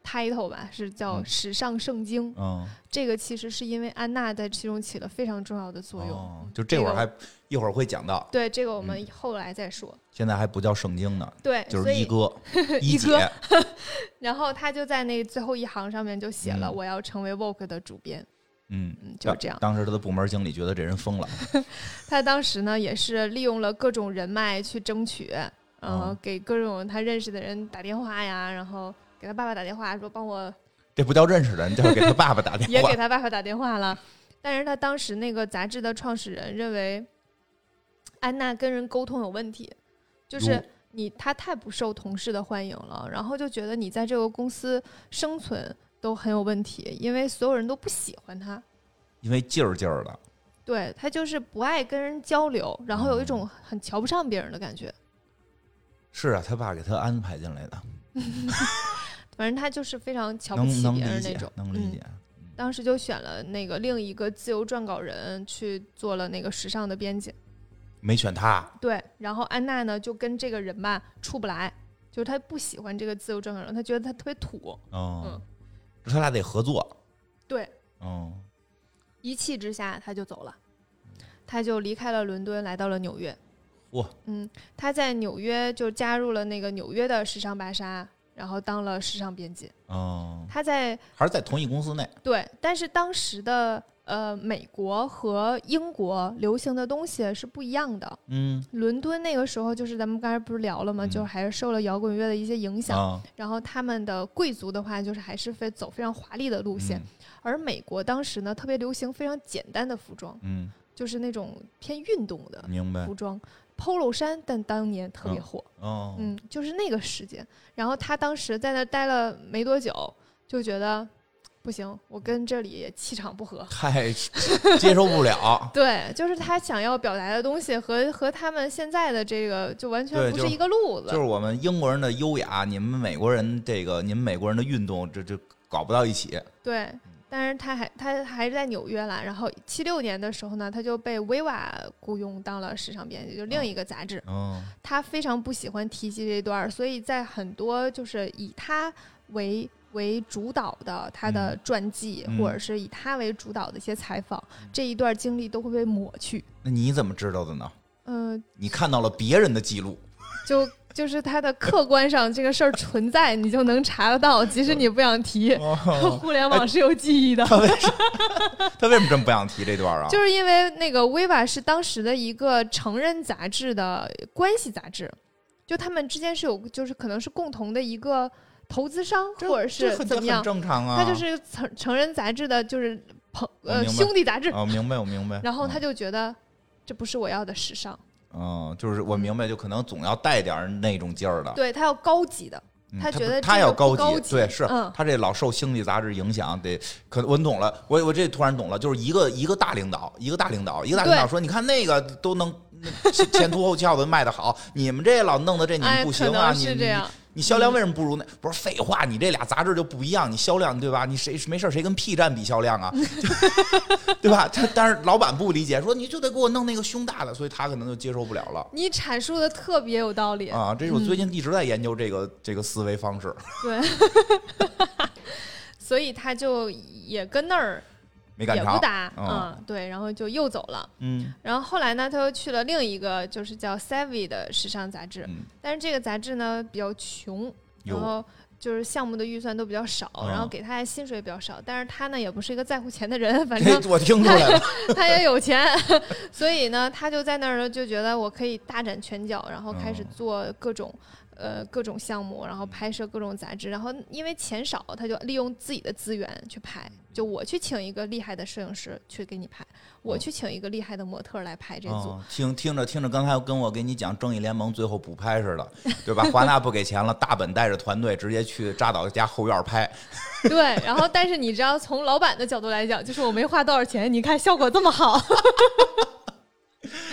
[SPEAKER 1] title 吧，是叫“
[SPEAKER 2] 嗯
[SPEAKER 1] 时尚圣经”
[SPEAKER 2] 嗯，
[SPEAKER 1] 这个其实是因为安娜在其中起了非常重要的作用。嗯
[SPEAKER 2] 哦，就这会儿
[SPEAKER 1] 这个
[SPEAKER 2] 还一会儿会讲到，
[SPEAKER 1] 对这个我们后来再说。
[SPEAKER 2] 现在还不叫圣经呢，
[SPEAKER 1] 对，
[SPEAKER 2] 就
[SPEAKER 1] 所
[SPEAKER 2] 是一
[SPEAKER 1] 以
[SPEAKER 2] 哥一
[SPEAKER 1] 一
[SPEAKER 2] 姐
[SPEAKER 1] 哥，然后他就在那最后一行上面就写了
[SPEAKER 2] 嗯
[SPEAKER 1] 我要成为 Vogue 的主编，
[SPEAKER 2] 嗯，
[SPEAKER 1] 嗯，就是这样。
[SPEAKER 2] 当时他的部门经理觉得这人疯了，
[SPEAKER 1] 他当时呢也是利用了各种人脉去争取，嗯、
[SPEAKER 2] 哦
[SPEAKER 1] 给各种他认识的人打电话呀，然后给他爸爸打电话说帮我，
[SPEAKER 2] 这不叫认识人，这是给他爸爸打
[SPEAKER 1] 也
[SPEAKER 2] 电话
[SPEAKER 1] 给。他爸爸打电话了。但是他当时那个杂志的创始人认为，安娜跟人沟通有问题，就是
[SPEAKER 2] 哟
[SPEAKER 1] 你她太不受同事的欢迎了，然后就觉得你在这个公司生存都很有问题，因为所有人都不喜欢她。
[SPEAKER 2] 因为劲儿劲儿的，
[SPEAKER 1] 对她就是不爱跟人交流，然后有一种很瞧不上别人的感觉。
[SPEAKER 2] 是啊，他爸给他安排进来的，
[SPEAKER 1] 反正她就是非常瞧不
[SPEAKER 2] 能
[SPEAKER 1] 起
[SPEAKER 2] 能
[SPEAKER 1] 别
[SPEAKER 2] 理
[SPEAKER 1] 人那
[SPEAKER 2] 解
[SPEAKER 1] 种，，
[SPEAKER 2] 能理
[SPEAKER 1] 嗯
[SPEAKER 2] 解。
[SPEAKER 1] 当时就选了那个另一个自由撰稿人去做了那个时尚的编辑。
[SPEAKER 2] 没选他，
[SPEAKER 1] 对，然后安娜呢就跟这个人吧处不来，就是她不喜欢这个自由撰稿人，她觉得他特别土。
[SPEAKER 2] 哦，他俩得合作，
[SPEAKER 1] 嗯对，
[SPEAKER 2] 哦，
[SPEAKER 1] 一气之下她就走了，她就离开了伦敦，来到了纽约。
[SPEAKER 2] 哇，
[SPEAKER 1] 嗯，她在纽约就加入了那个纽约的时尚芭莎，然后当了时尚编辑。
[SPEAKER 2] 哦，
[SPEAKER 1] 她在
[SPEAKER 2] 还是在同一公司内，
[SPEAKER 1] 对，但是当时的呃美国和英国流行的东西是不一样的。
[SPEAKER 2] 嗯，
[SPEAKER 1] 伦敦那个时候就是咱们刚才不是聊了吗？
[SPEAKER 2] 嗯
[SPEAKER 1] 就是还是受了摇滚乐的一些影响。
[SPEAKER 2] 啊，
[SPEAKER 1] 然后他们的贵族的话，就是还是非走非常华丽的
[SPEAKER 2] 嗯
[SPEAKER 1] 路线，而美国当时呢特别流行非常简单的服装，
[SPEAKER 2] 嗯，
[SPEAKER 1] 就是那种偏运动
[SPEAKER 2] 嗯，
[SPEAKER 1] 的
[SPEAKER 2] 明白
[SPEAKER 1] 服，装，polo 衫，但当年特别火，
[SPEAKER 2] 哦，
[SPEAKER 1] 嗯，就是那个时间。然后他当时在那待了没多久，就觉得不行，我跟这里气场不合。
[SPEAKER 2] 太接受不 了，
[SPEAKER 1] 对，就是他想要表达的东西和和他们现在的这个就完
[SPEAKER 2] 对
[SPEAKER 1] 全不
[SPEAKER 2] 就是
[SPEAKER 1] 一个路子。
[SPEAKER 2] 就是我们英国人的优雅，你们美国人这个，你们美国人的运动，这这搞不到一起，
[SPEAKER 1] 对，但是他还他还是在纽约啦。然后七六年的时候呢，他就被维瓦雇佣当了时尚编辑，就另一个杂志。
[SPEAKER 2] 嗯，
[SPEAKER 1] 他非常不喜欢提及这段儿，所以在很多就是以他为为主导的他的传记，
[SPEAKER 2] 嗯
[SPEAKER 1] 或者是以他为主导的一些采访，这一段经历都会被抹去。
[SPEAKER 2] 那你怎么知道的呢？
[SPEAKER 1] 嗯、
[SPEAKER 2] 你看到了别人的记录，
[SPEAKER 1] 就就是他的客观上这个事儿存在，你就能查得 到，即使你不想提。
[SPEAKER 2] 哦
[SPEAKER 1] 互联网是有记忆的。
[SPEAKER 2] 他为什么他为什么这么不想提这段啊？
[SPEAKER 1] 就是因为那个《Viva》是当时的一个成人杂志的关系杂志，就他们之间是有，就是可能是共同的一个投资商，
[SPEAKER 2] 这
[SPEAKER 1] 或者
[SPEAKER 2] 这
[SPEAKER 1] 是
[SPEAKER 2] 很
[SPEAKER 1] 怎么样
[SPEAKER 2] 很，正常啊。
[SPEAKER 1] 他就是成成人杂志的，就是朋
[SPEAKER 2] 我
[SPEAKER 1] 呃
[SPEAKER 2] 明白
[SPEAKER 1] 兄弟杂志，
[SPEAKER 2] 哦，明白，我明白。
[SPEAKER 1] 然后他
[SPEAKER 2] 就
[SPEAKER 1] 就觉得这不是我要的时尚，
[SPEAKER 2] 嗯，就是我明白，就可能总要带点儿那种劲儿的。
[SPEAKER 1] 对他要高级的，
[SPEAKER 2] 嗯
[SPEAKER 1] 他
[SPEAKER 2] 他
[SPEAKER 1] 觉
[SPEAKER 2] 不
[SPEAKER 1] 得
[SPEAKER 2] 他
[SPEAKER 1] 这
[SPEAKER 2] 要
[SPEAKER 1] 个不高
[SPEAKER 2] 级，对，
[SPEAKER 1] 级
[SPEAKER 2] 是
[SPEAKER 1] 嗯
[SPEAKER 2] 他这老受星际杂志影响，得可我懂了，我我这突然懂了，就是一个一个大领导，一个大领导，一个大领导
[SPEAKER 1] 对
[SPEAKER 2] 说，你看那个都能那前前凸后翘的卖的好，你们这老弄的这你们
[SPEAKER 1] 哎，
[SPEAKER 2] 不
[SPEAKER 1] 可
[SPEAKER 2] 行啊，
[SPEAKER 1] 能
[SPEAKER 2] 你
[SPEAKER 1] 是这
[SPEAKER 2] 你
[SPEAKER 1] 样，
[SPEAKER 2] 你销
[SPEAKER 1] 嗯
[SPEAKER 2] 量为什么不如那？不是废话，你这俩杂志就不一样，你销量对吧？你谁没事儿谁跟 P 站比销量啊？ 就对吧？他但是老板不理解，说你就得给我弄那个胸大的，所以他可能就接受不了了。
[SPEAKER 1] 你阐述的特别有道理，
[SPEAKER 2] 啊，这是我
[SPEAKER 1] 嗯
[SPEAKER 2] 最近一直在研究这个、这个思维方式，
[SPEAKER 1] 对，所以他就也跟那儿
[SPEAKER 2] 没赶
[SPEAKER 1] 也
[SPEAKER 2] 上。
[SPEAKER 1] 不搭，
[SPEAKER 2] 嗯
[SPEAKER 1] 嗯，对，然后就又走了。
[SPEAKER 2] 嗯
[SPEAKER 1] 然后后来呢，他又去了另一个就是叫 Savvy 的时尚杂志，
[SPEAKER 2] 嗯，
[SPEAKER 1] 但是这个杂志呢比较穷，
[SPEAKER 2] 有
[SPEAKER 1] 然后就是项目的预算都比较少，
[SPEAKER 2] 啊
[SPEAKER 1] 然后给他的薪水比较少，但是他呢也不是一个在乎钱的人，反正
[SPEAKER 2] 这我听出 来了。
[SPEAKER 1] 他也有钱，所以呢，他就在那儿呢就觉得我可以大展拳脚，然后开始做各种呃各种项目，然后拍摄各种杂志，然后因为钱少，他就利用自己的资源去拍。就我去请一个厉害的摄影师去给你拍，我去请一个厉害的模特儿来拍这组。
[SPEAKER 2] 哦听听着听着，刚才跟我给你讲《正义联盟》最后补拍似的，对吧？华纳不给钱了，大本带着团队直接去扎导家后院拍，
[SPEAKER 1] 对，然后但是你知道，从老板的角度来讲，就是我没花多少钱，你看效果这么好。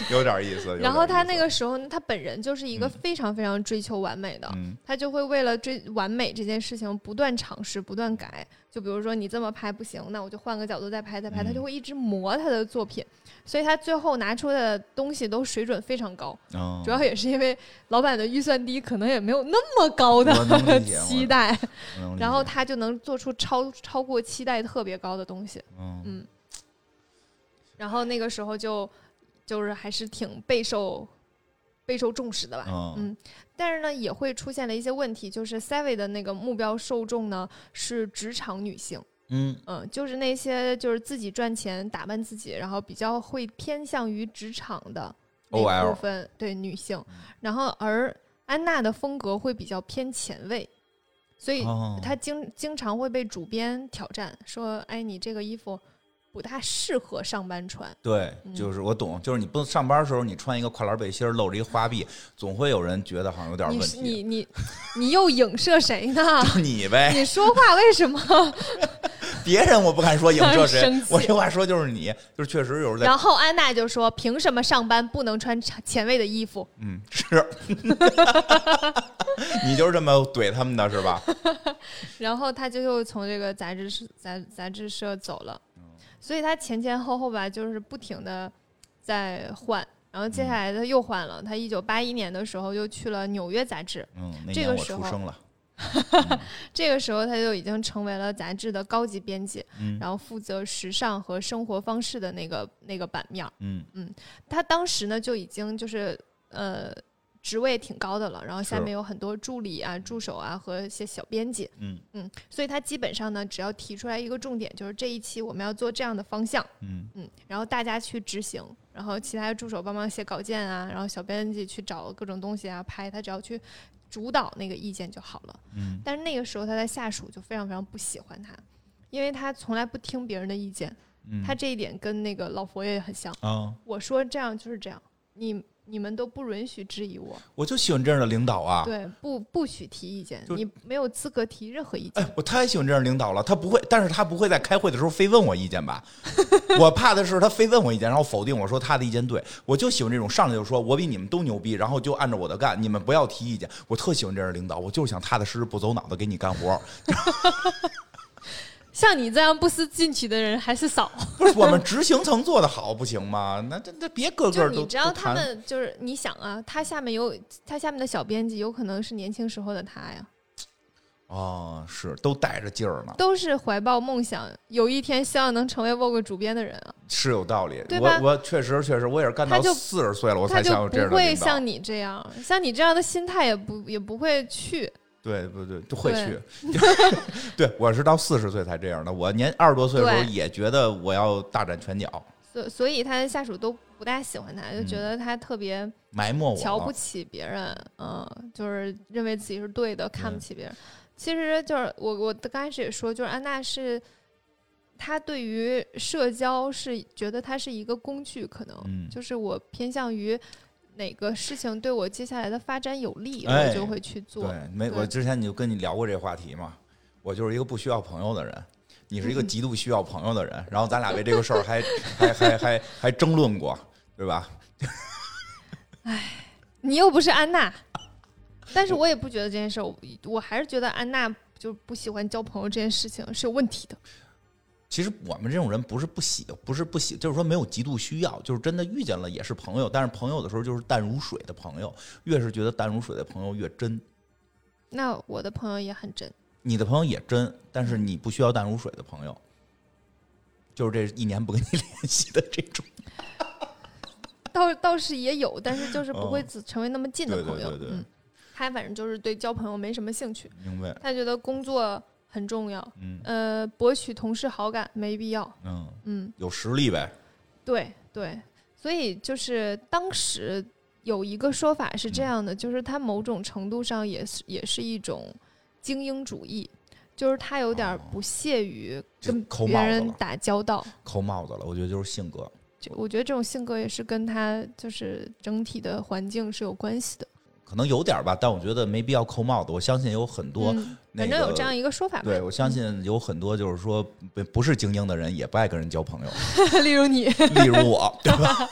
[SPEAKER 2] 有点意思。有点
[SPEAKER 1] 然后他
[SPEAKER 2] 意思
[SPEAKER 1] 那个时候，他本人就是一个非常非常追求完美的，
[SPEAKER 2] 嗯
[SPEAKER 1] 他就会为了追完美这件事情不断尝试、不断改。就比如说你这么拍不行，那我就换个角度再拍、再拍，
[SPEAKER 2] 嗯
[SPEAKER 1] 他就会一直磨他的作品，所以他最后拿出的东西都水准非常高。
[SPEAKER 2] 嗯
[SPEAKER 1] 主要也是因为老板的预算低，可能也没有那么高的
[SPEAKER 2] 我能理 解
[SPEAKER 1] 期待，
[SPEAKER 2] 能理
[SPEAKER 1] 然后
[SPEAKER 2] 解
[SPEAKER 1] 他就能做出超超过期待特别高的东西。
[SPEAKER 2] 嗯
[SPEAKER 1] 嗯然后那个时候就就是还是挺备受备受重视的吧。
[SPEAKER 2] 嗯
[SPEAKER 1] 嗯，但是呢，也会出现了一些问题，就是 Savvy 的那个目标受众呢是职场女性，
[SPEAKER 2] 嗯
[SPEAKER 1] 嗯，就是那些就是自己赚钱打扮自己，然后比较会偏向于职场的那
[SPEAKER 2] OL
[SPEAKER 1] 部分对女性
[SPEAKER 2] 嗯，
[SPEAKER 1] 然后而安娜的风格会比较偏前卫，所以
[SPEAKER 2] 哦
[SPEAKER 1] 她经经常会被主编挑战说：“哎，你这个衣服不大适合上班穿。”
[SPEAKER 2] 对，
[SPEAKER 1] 嗯
[SPEAKER 2] 就是我懂，就是你不上班的时候，你穿一个跨栏背心儿，露着一花臂，总会有人觉得好像有点问
[SPEAKER 1] 你是
[SPEAKER 2] 题。
[SPEAKER 1] 你你你又影射谁 呢？
[SPEAKER 2] 就是你呗，
[SPEAKER 1] 你说话为什么？
[SPEAKER 2] 别人我不敢说影射谁
[SPEAKER 1] 生，气
[SPEAKER 2] 我这话说就是你，就是确实有时候在
[SPEAKER 1] 然后安娜就说：“凭什么上班不能穿前卫的衣服
[SPEAKER 2] 嗯是， 你就是这么怼他们的是吧？？”
[SPEAKER 1] 然后她就又从这个杂志社杂杂志社走了。所以她前前后后吧，就是不停的在换。然后接下来她又换了，她一九八一年的时候又去了《纽约杂志》，
[SPEAKER 2] 嗯，那
[SPEAKER 1] 这
[SPEAKER 2] 年
[SPEAKER 1] 个
[SPEAKER 2] 我
[SPEAKER 1] 时
[SPEAKER 2] 出
[SPEAKER 1] 候
[SPEAKER 2] 生了，
[SPEAKER 1] 这个时候她就已经成为了杂志的高级编辑，
[SPEAKER 2] 嗯
[SPEAKER 1] 然后负责时尚和生活方式的那个那个版面儿。
[SPEAKER 2] 嗯
[SPEAKER 1] 她当时呢就已经就是呃职位挺高的了，然后下
[SPEAKER 2] 是
[SPEAKER 1] 面有很多助理啊、助手啊和一些小编辑，
[SPEAKER 2] 嗯
[SPEAKER 1] 嗯，所以她基本上呢只要提出来一个重点，就是这一期我们要做这样的方向，
[SPEAKER 2] 嗯
[SPEAKER 1] 嗯，然后大家去执行，然后其他的助手帮忙写稿件啊，然后小编辑去找各种东西啊拍，她只要去主导那个意见就好了。
[SPEAKER 2] 嗯，
[SPEAKER 1] 但是那个时候她的下属就非常非常不喜欢她，因为她从来不听别人的意见，
[SPEAKER 2] 嗯
[SPEAKER 1] 她这一点跟那个老佛爷很像。
[SPEAKER 2] 啊，
[SPEAKER 1] 我说这样就是这样，你你们都不允许质疑我，
[SPEAKER 2] 我就喜欢这样的领导啊，
[SPEAKER 1] 对，不不许提意见，
[SPEAKER 2] 就
[SPEAKER 1] 你没有资格提任何意见。
[SPEAKER 2] 哎，我太喜欢这样领导了，他不会，但是他不会在开会的时候非问我意见吧？ 我怕的是他非问我意见，然后否定我说他的意见对，我就喜欢这种上来就说我比你们都牛逼，然后就按照我的干，你们不要提意见，我特喜欢这样的领导，我就是想踏踏实实不走脑子给你干活。
[SPEAKER 1] 像你这样不思进取的人还是少。
[SPEAKER 2] 不是我们执行层做得好不行吗？那这这别个
[SPEAKER 1] 就
[SPEAKER 2] 个
[SPEAKER 1] 是
[SPEAKER 2] 都
[SPEAKER 1] 你知道
[SPEAKER 2] 都
[SPEAKER 1] 他
[SPEAKER 2] 谈
[SPEAKER 1] 们，就是你想啊，他下面有他下面的小编辑，有可能是年轻时候的他呀，
[SPEAKER 2] 哦，是都带着劲儿呢，
[SPEAKER 1] 都是怀抱梦想，有一天希望能成为 Vogue 主编的人啊，
[SPEAKER 2] 是有道理。
[SPEAKER 1] 对吧
[SPEAKER 2] 我我确实确实我也是干到
[SPEAKER 1] 他就
[SPEAKER 2] 四十岁了，我
[SPEAKER 1] 他
[SPEAKER 2] 才
[SPEAKER 1] 就
[SPEAKER 2] 想有这样
[SPEAKER 1] 不
[SPEAKER 2] 的
[SPEAKER 1] 会
[SPEAKER 2] 领导
[SPEAKER 1] 像。你这样，像你这样的心态也不也不会去。
[SPEAKER 2] 对不对？就会
[SPEAKER 1] 对
[SPEAKER 2] 去。 对，我是到四十岁才这样的。我年二十多岁的时候
[SPEAKER 1] 对
[SPEAKER 2] 也觉得我要大展拳脚，
[SPEAKER 1] 所所以他的下属都不大喜欢他，就
[SPEAKER 2] 嗯
[SPEAKER 1] 觉得他特别、
[SPEAKER 2] 埋没我了。
[SPEAKER 1] 瞧不起别人，嗯，就是认为自己是对的，看不
[SPEAKER 2] 嗯
[SPEAKER 1] 起别人。其实就是我，我刚开始也说，就是安娜是，她对于社交是觉得它是一个工具，可能、
[SPEAKER 2] 嗯
[SPEAKER 1] 就是我偏向于哪个事情对我接下来的发展有利，
[SPEAKER 2] 哎
[SPEAKER 1] 我就会去做。
[SPEAKER 2] 对，没，
[SPEAKER 1] 对
[SPEAKER 2] 我之前你就跟你聊过这话题嘛。我就是一个不需要朋友的人，
[SPEAKER 1] 嗯
[SPEAKER 2] 你是一个极度需要朋友的人。然后咱俩为这个事儿还还还还还争论过，对吧？
[SPEAKER 1] 你又不是安 娜，但是我也不觉得这件事儿，我我还是觉得安娜就不喜欢交朋友这件事情是有问题的。
[SPEAKER 2] 其实我们这种人不是不喜，不是不喜，就是说没有极度需要，就是真的遇见了也是朋友，但是朋友的时候就是淡如水的朋友，越是觉得淡如水的朋友越真。
[SPEAKER 1] 那我的朋友也很真，
[SPEAKER 2] 你的朋友也真，但是你不需要淡如水的朋友，就是这一年不跟你联系的这种。
[SPEAKER 1] 倒倒是也有，但是就是不会
[SPEAKER 2] 嗯
[SPEAKER 1] 只成为那么近的
[SPEAKER 2] 对对
[SPEAKER 1] 朋友。
[SPEAKER 2] 对对
[SPEAKER 1] 嗯，他反正就是对交朋友没什么兴趣，
[SPEAKER 2] 明白。
[SPEAKER 1] 他觉得工作很重要，
[SPEAKER 2] 嗯
[SPEAKER 1] 呃，博取同事好感没必要。
[SPEAKER 2] 嗯，
[SPEAKER 1] 嗯，
[SPEAKER 2] 有实力呗。
[SPEAKER 1] 对对，所以就是当时。有一个说法
[SPEAKER 2] 嗯
[SPEAKER 1] 是这样的，就是它某种程度上也是也是一种精英主义，就是他有点儿不屑于
[SPEAKER 2] 哦这
[SPEAKER 1] 跟
[SPEAKER 2] 抠
[SPEAKER 1] 别
[SPEAKER 2] 帽子
[SPEAKER 1] 人
[SPEAKER 2] 了
[SPEAKER 1] 打交道。
[SPEAKER 2] 扣帽子了，我觉得就是性格。
[SPEAKER 1] 就我觉得这种性格也是跟他就是整体的环境是有关系的。
[SPEAKER 2] 可能有点儿吧，但我觉得没必要扣帽子。我相信有很多、
[SPEAKER 1] 嗯，
[SPEAKER 2] 那
[SPEAKER 1] 反
[SPEAKER 2] 个，
[SPEAKER 1] 正有这样一个说法吧。
[SPEAKER 2] 对我相信有很多就是说不不是精英的人也不爱跟人交朋 友，
[SPEAKER 1] 例如 你，
[SPEAKER 2] 例如我，对吧？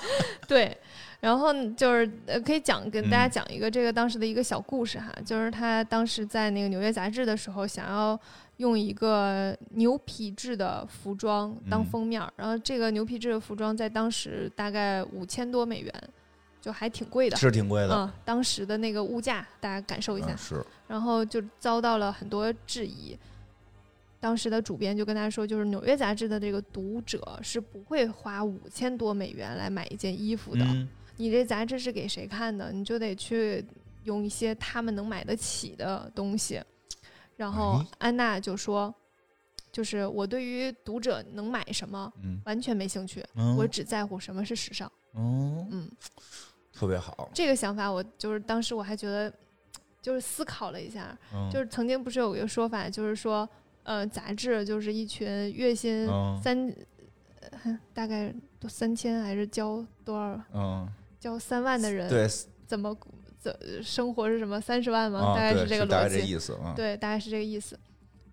[SPEAKER 1] 对，然后就是呃，可以讲跟
[SPEAKER 2] 嗯
[SPEAKER 1] 大家讲一个这个当时的一个小故事哈，就是他当时在那个《纽约杂志》的时候，想要用一个牛皮质的服装当
[SPEAKER 2] 嗯
[SPEAKER 1] 封面儿，然后这个牛皮质的服装在当时大概五千多美元，就还挺贵的。
[SPEAKER 2] 是挺贵的，
[SPEAKER 1] 嗯，当时的那个物价，大家感受一下。
[SPEAKER 2] 嗯是
[SPEAKER 1] 然后就遭到了很多质疑。当时的主编就跟他说，就是《纽约杂志》的这个读者是不会花五千多美元来买一件衣服的，
[SPEAKER 2] 嗯
[SPEAKER 1] 你这杂志是给谁看的？你就得去用一些他们能买得起的东西。然后
[SPEAKER 2] 哎
[SPEAKER 1] 安娜就说，就是我对于读者能买什么
[SPEAKER 2] 嗯
[SPEAKER 1] 完全没兴趣，
[SPEAKER 2] 嗯，
[SPEAKER 1] 我只在乎什么是时尚。
[SPEAKER 2] 嗯
[SPEAKER 1] 嗯，
[SPEAKER 2] 特别好，
[SPEAKER 1] 这个想法我就是当时我还觉得，就是思考了一下，
[SPEAKER 2] 嗯
[SPEAKER 1] 就是曾经不是有一个说法，就是说，呃，杂志就是一群月薪
[SPEAKER 2] 嗯
[SPEAKER 1] 三，呃大概都三千还是交多少
[SPEAKER 2] 嗯
[SPEAKER 1] 交三万的人，
[SPEAKER 2] 对
[SPEAKER 1] 怎么怎生活是什么三十万吗？
[SPEAKER 2] 啊
[SPEAKER 1] 大概
[SPEAKER 2] 对
[SPEAKER 1] 是这个
[SPEAKER 2] 大
[SPEAKER 1] 逻
[SPEAKER 2] 概这
[SPEAKER 1] 辑，
[SPEAKER 2] 意思啊，嗯
[SPEAKER 1] 对，大概是这个意思。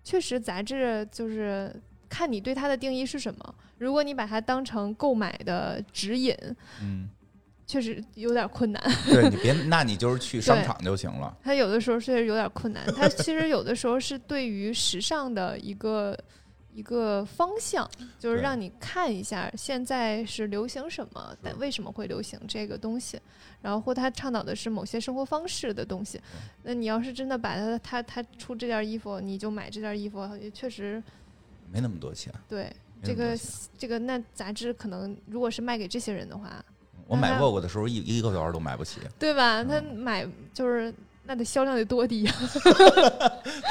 [SPEAKER 1] 确实，杂志就是看你对它的定义是什么。如果你把它当成购买的指引，
[SPEAKER 2] 嗯，
[SPEAKER 1] 确实有点困难。
[SPEAKER 2] 对你别，那你就是去商
[SPEAKER 1] 对
[SPEAKER 2] 场就行了，
[SPEAKER 1] 它有的时候确实有点困难，它其实有的时候是对于时尚的一个一个方向，就是
[SPEAKER 2] 对
[SPEAKER 1] 让你看一下现在是流行什么，但
[SPEAKER 2] 是
[SPEAKER 1] 为什么会流行这个东西，然后或它倡导的是某些生活方式的东西。
[SPEAKER 2] 嗯
[SPEAKER 1] 那你要是真的把它它它出这件衣服，你就买这件衣服，也确实
[SPEAKER 2] 没那么多钱。
[SPEAKER 1] 对
[SPEAKER 2] 没
[SPEAKER 1] 这
[SPEAKER 2] 那么多
[SPEAKER 1] 个
[SPEAKER 2] 钱
[SPEAKER 1] 这个那杂志可能如果是卖给这些人的话，
[SPEAKER 2] 我
[SPEAKER 1] 那
[SPEAKER 2] 买
[SPEAKER 1] 他
[SPEAKER 2] 过，我的时候一一个多少都买 不起，
[SPEAKER 1] 对吧？他
[SPEAKER 2] 嗯
[SPEAKER 1] 买就是那得销量得多低呀、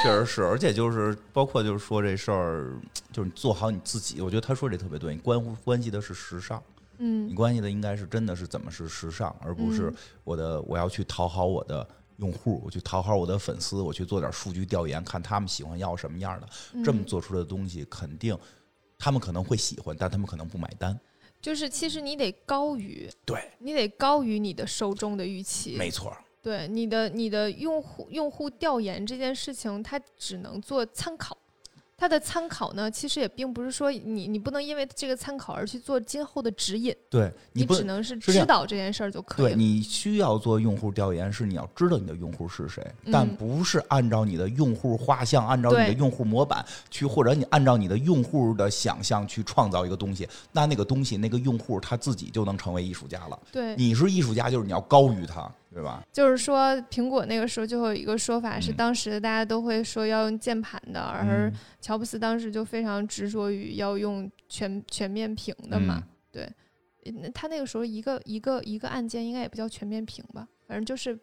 [SPEAKER 2] 确实是，而且就是包括就是说这事儿，就是你做好你自己。我觉得他说这特别对，你关乎关系的是时尚，
[SPEAKER 1] 嗯
[SPEAKER 2] 你，关系的应该是真的是怎么是时尚，而不是
[SPEAKER 1] 嗯
[SPEAKER 2] 我的我要去讨好我的用户，我去讨好我的粉丝，我去做点数据调研，看他们喜欢要什么样的，这么
[SPEAKER 1] 嗯
[SPEAKER 2] 做出来的东西肯定他们可能会喜欢，但他们可能不买单。
[SPEAKER 1] 就是其实你得高于，
[SPEAKER 2] 对，
[SPEAKER 1] 你得高于你的受众的预期。
[SPEAKER 2] 没错儿，
[SPEAKER 1] 对你的你的用户用户调研这件事情，它只能做参考。它的参考呢，其实也并不是说你你不能因为这个参考而去做今后的指引，
[SPEAKER 2] 对
[SPEAKER 1] 你
[SPEAKER 2] 不
[SPEAKER 1] 只能是
[SPEAKER 2] 这样
[SPEAKER 1] 知道这件事儿就可以
[SPEAKER 2] 对
[SPEAKER 1] 了。
[SPEAKER 2] 你需要做用户调研，是你要知道你的用户是谁，但
[SPEAKER 1] 嗯
[SPEAKER 2] 不是按照你的用户画像、按照你的
[SPEAKER 1] 对
[SPEAKER 2] 用户模板去，或者你按照你的用户的想象去创造一个东西。那那个东西，那个用户他自己就能成为艺术家了。
[SPEAKER 1] 对，
[SPEAKER 2] 你是艺术家，就是你要高于他，对吧？
[SPEAKER 1] 就是说苹果那个时候就有一个说法是，
[SPEAKER 2] 嗯
[SPEAKER 1] 当时大家都会说要用键盘的，而
[SPEAKER 2] 嗯
[SPEAKER 1] 乔布斯当时就非常执着于要用全全面屏的嘛。
[SPEAKER 2] 嗯
[SPEAKER 1] 那他那个时候一个一个一个按键应该也不叫全面屏吧，反正就是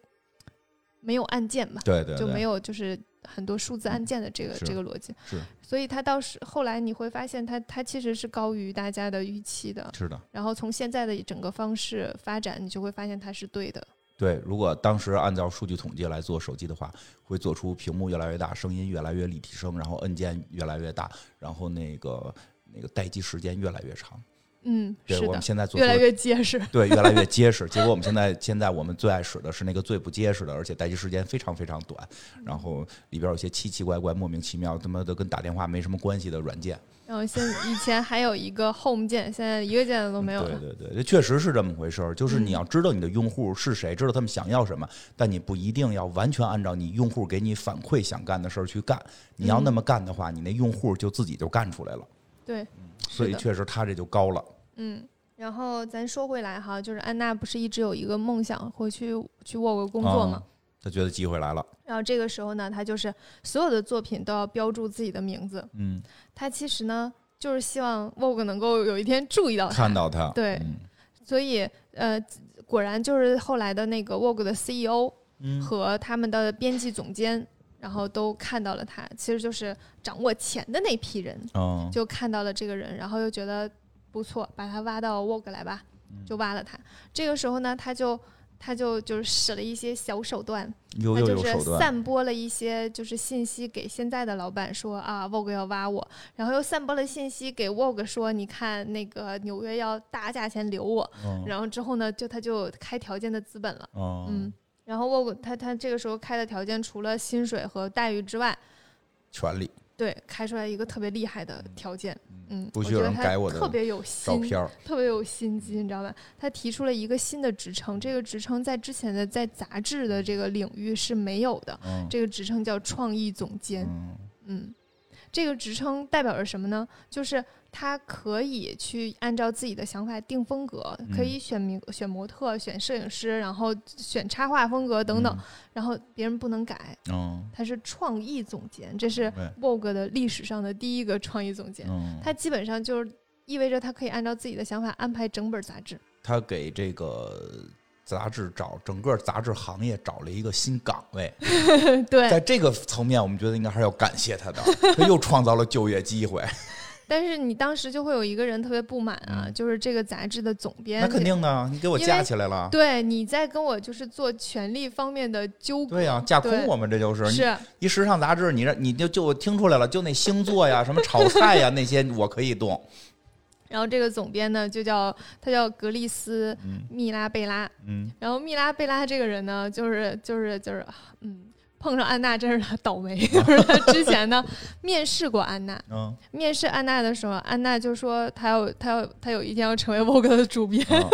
[SPEAKER 1] 没有按键吧，
[SPEAKER 2] 对对对，
[SPEAKER 1] 就没有就是很多数字按键的这个
[SPEAKER 2] 是
[SPEAKER 1] 这个逻辑。
[SPEAKER 2] 是
[SPEAKER 1] 所以他到时后来你会发现他，他其实是高于大家的预期的。
[SPEAKER 2] 是的。
[SPEAKER 1] 然后从现在的整个方式发展，你就会发现它是对的。
[SPEAKER 2] 对，如果当时按照数据统计来做手机的话，会做出屏幕越来越大，声音越来越立体声，然后按键越来越大，然后那个那个待机时间越来越长。
[SPEAKER 1] 嗯，
[SPEAKER 2] 对，
[SPEAKER 1] 是
[SPEAKER 2] 我
[SPEAKER 1] 的
[SPEAKER 2] 们，现在做
[SPEAKER 1] 越
[SPEAKER 2] 出
[SPEAKER 1] 来
[SPEAKER 2] 的
[SPEAKER 1] 越结实。
[SPEAKER 2] 对，越来越结实。结果我们现在现在我们最爱使的是那个最不结实的，而且待机时间非常非常短，
[SPEAKER 1] 嗯
[SPEAKER 2] 然后里边有些奇奇怪怪、莫名其妙、他妈的跟打电话没什么关系的软件。
[SPEAKER 1] 然后现以前还有一个 home 键，现在一个键都没有
[SPEAKER 2] 嗯对
[SPEAKER 1] 了。嗯
[SPEAKER 2] 对对，这确实是这么回事儿。就是你要知道你的用户是谁，知道他们想要什么，但你不一定要完全按照你用户给你反馈想干的事儿去干。你
[SPEAKER 1] 嗯
[SPEAKER 2] 要那么干的话，你那用户就自己就干出来了。
[SPEAKER 1] 对，
[SPEAKER 2] 嗯所以
[SPEAKER 1] 的
[SPEAKER 2] 确实他这就高了。
[SPEAKER 1] 嗯，然后咱说回来哈，就是安娜不是一直有一个梦想，回去去沃格工作嘛
[SPEAKER 2] 啊？？他觉得机会来了。
[SPEAKER 1] 然后这个时候呢，她就是所有的作品都要标注自己的名字。
[SPEAKER 2] 嗯，
[SPEAKER 1] 她其实呢，就是希望 Vogue 能够有一天注意到她。
[SPEAKER 2] 看到他。
[SPEAKER 1] 对
[SPEAKER 2] 嗯
[SPEAKER 1] 所以呃，果然就是后来的那个 Vogue 的 CEO
[SPEAKER 2] 嗯，
[SPEAKER 1] 和他们的编辑总监，然后都看到了她，其实就是掌握钱的那批人。
[SPEAKER 2] 嗯，
[SPEAKER 1] 就看到了这个人，然后又觉得不错，把他挖到 Vogue 来吧，就挖了他。这个时候呢，他就他就就是使了一些小手段，
[SPEAKER 2] 又
[SPEAKER 1] 他
[SPEAKER 2] 又
[SPEAKER 1] 就
[SPEAKER 2] 有
[SPEAKER 1] 是
[SPEAKER 2] 手段，
[SPEAKER 1] 散播了一些就是信息给现在的老板说啊，Vogue 要挖我，然后又散播了信息给 Vogue 说，你看那个纽约要大价钱留我，
[SPEAKER 2] 嗯
[SPEAKER 1] 然后之后呢，就他就开条件的资本了，嗯
[SPEAKER 2] 嗯，，
[SPEAKER 1] 然后 Vogue 他他这个时候开的条件除了薪水和待遇之外，
[SPEAKER 2] 权利
[SPEAKER 1] 对，开出来一个特别厉害的条件，嗯，
[SPEAKER 2] 不
[SPEAKER 1] 我
[SPEAKER 2] 许
[SPEAKER 1] 觉
[SPEAKER 2] 有
[SPEAKER 1] 得
[SPEAKER 2] 人
[SPEAKER 1] 他
[SPEAKER 2] 改我的
[SPEAKER 1] 特别有心
[SPEAKER 2] 照，片儿，
[SPEAKER 1] 特别有心机，你知道吧？他提出了一个新的职称，这个职称在之前的在杂志的这个领域是没有的，
[SPEAKER 2] 嗯
[SPEAKER 1] 这个职称叫创意总监。
[SPEAKER 2] 嗯
[SPEAKER 1] 嗯，这个职称代表着什么呢？就是他可以去按照自己的想法定风格，
[SPEAKER 2] 嗯
[SPEAKER 1] 可以选明选模特、选摄影师，然后选插画风格等等，然后别人不能改。
[SPEAKER 2] 嗯
[SPEAKER 1] 他是创意总监，这是
[SPEAKER 2] 对
[SPEAKER 1] Vogue 的历史上的第一个创意总监。
[SPEAKER 2] 嗯，
[SPEAKER 1] 它基本上就是意味着他可以按照自己的想法安排整本杂志。
[SPEAKER 2] 他给这个杂志找整个杂志行业找了一个新岗位，在
[SPEAKER 1] 对，
[SPEAKER 2] 这个层面，我们觉得应该还是要感谢他的，他又创造了就业机 会。
[SPEAKER 1] 但是你当时就会有一个人特别不满啊，
[SPEAKER 2] 嗯
[SPEAKER 1] 就是这个杂志的总编。
[SPEAKER 2] 那肯。定的，你给我
[SPEAKER 1] 因为
[SPEAKER 2] 架起来了。
[SPEAKER 1] 对，你在跟我就是做权力方面的纠葛。
[SPEAKER 2] 对呀、架空
[SPEAKER 1] 对
[SPEAKER 2] 我们这就是你
[SPEAKER 1] 是
[SPEAKER 2] 一时尚杂志，你让你就就我听出来了，就那星座呀、什么炒菜呀那些我可以动。
[SPEAKER 1] 然后这个总编呢，就叫他叫格丽斯
[SPEAKER 2] 嗯
[SPEAKER 1] 密拉贝拉。
[SPEAKER 2] 嗯，
[SPEAKER 1] 然后密拉贝拉这个人呢，就是就是就是，嗯，碰上安娜真是他倒 霉。就是他之前呢，面试过安娜，
[SPEAKER 2] 嗯，
[SPEAKER 1] 面试安娜的时候，安娜就说她要她要她有一天要成为 Vogue 的主编，
[SPEAKER 2] 嗯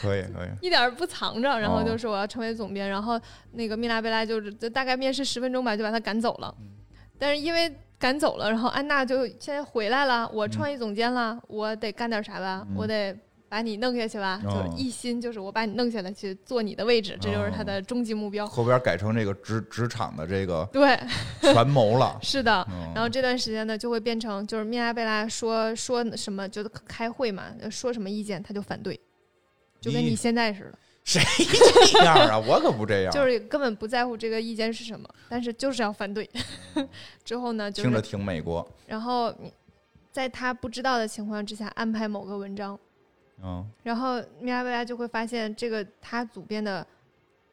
[SPEAKER 2] 可以可以，
[SPEAKER 1] 一点儿不藏着，然后
[SPEAKER 2] 哦
[SPEAKER 1] 就说我要成为总编，然后那个蜜拉贝拉就是就大概面试十分钟吧，就把她赶走了。
[SPEAKER 2] 嗯
[SPEAKER 1] 但是因为赶走了，然后安娜就现在回来了，我创意总监了，我得干点啥吧，
[SPEAKER 2] 嗯
[SPEAKER 1] 我得。把你弄下去吧，
[SPEAKER 2] 哦
[SPEAKER 1] 就是一心就是我把你弄下来去做你的位置，这就是他的终极目标。
[SPEAKER 2] 后边改成这个职职场的这个
[SPEAKER 1] 对，。
[SPEAKER 2] 权谋了
[SPEAKER 1] 是的，
[SPEAKER 2] 嗯
[SPEAKER 1] 然后这段时间呢，就会变成就是米拉贝拉说说什么，就是开会嘛，说什么意见他就反对，就跟
[SPEAKER 2] 咦
[SPEAKER 1] 你现在似的，
[SPEAKER 2] 谁这样啊？我可不这样，
[SPEAKER 1] 就是根本不在乎这个意见是什么，但是就是要反对。 之后呢，就
[SPEAKER 2] 嗯听
[SPEAKER 1] 是
[SPEAKER 2] 着挺美国。
[SPEAKER 1] 然后你在他不知道的情况之下安排某个文章，
[SPEAKER 2] 嗯
[SPEAKER 1] 然后米拉贝拉就会发现这个他组编的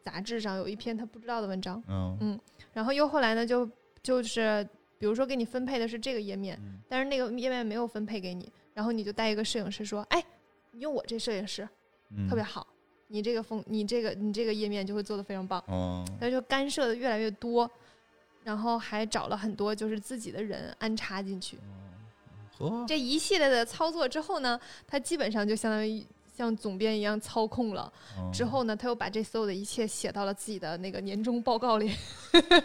[SPEAKER 1] 杂志上有一篇他不知道的文章，
[SPEAKER 2] 嗯
[SPEAKER 1] 然后又后来呢，就就是比如说给你分配的是这个页面，
[SPEAKER 2] 嗯
[SPEAKER 1] 但是那个页面没有分配给你，然后你就带一个摄影师说，哎，你用我这摄影师
[SPEAKER 2] 嗯，
[SPEAKER 1] 特别好，你这个风，你这个你这个页面就会做得非常棒。
[SPEAKER 2] 嗯
[SPEAKER 1] 他就干涉的越来越多，然后还找了很多就是自己的人安插进去。
[SPEAKER 2] 嗯呵，
[SPEAKER 1] 这一系列的操作之后呢，他基本上就相当于。像总编一样操控了
[SPEAKER 2] 嗯
[SPEAKER 1] 之后呢，他又把这所有的一切写到了自己的那个年终报告里，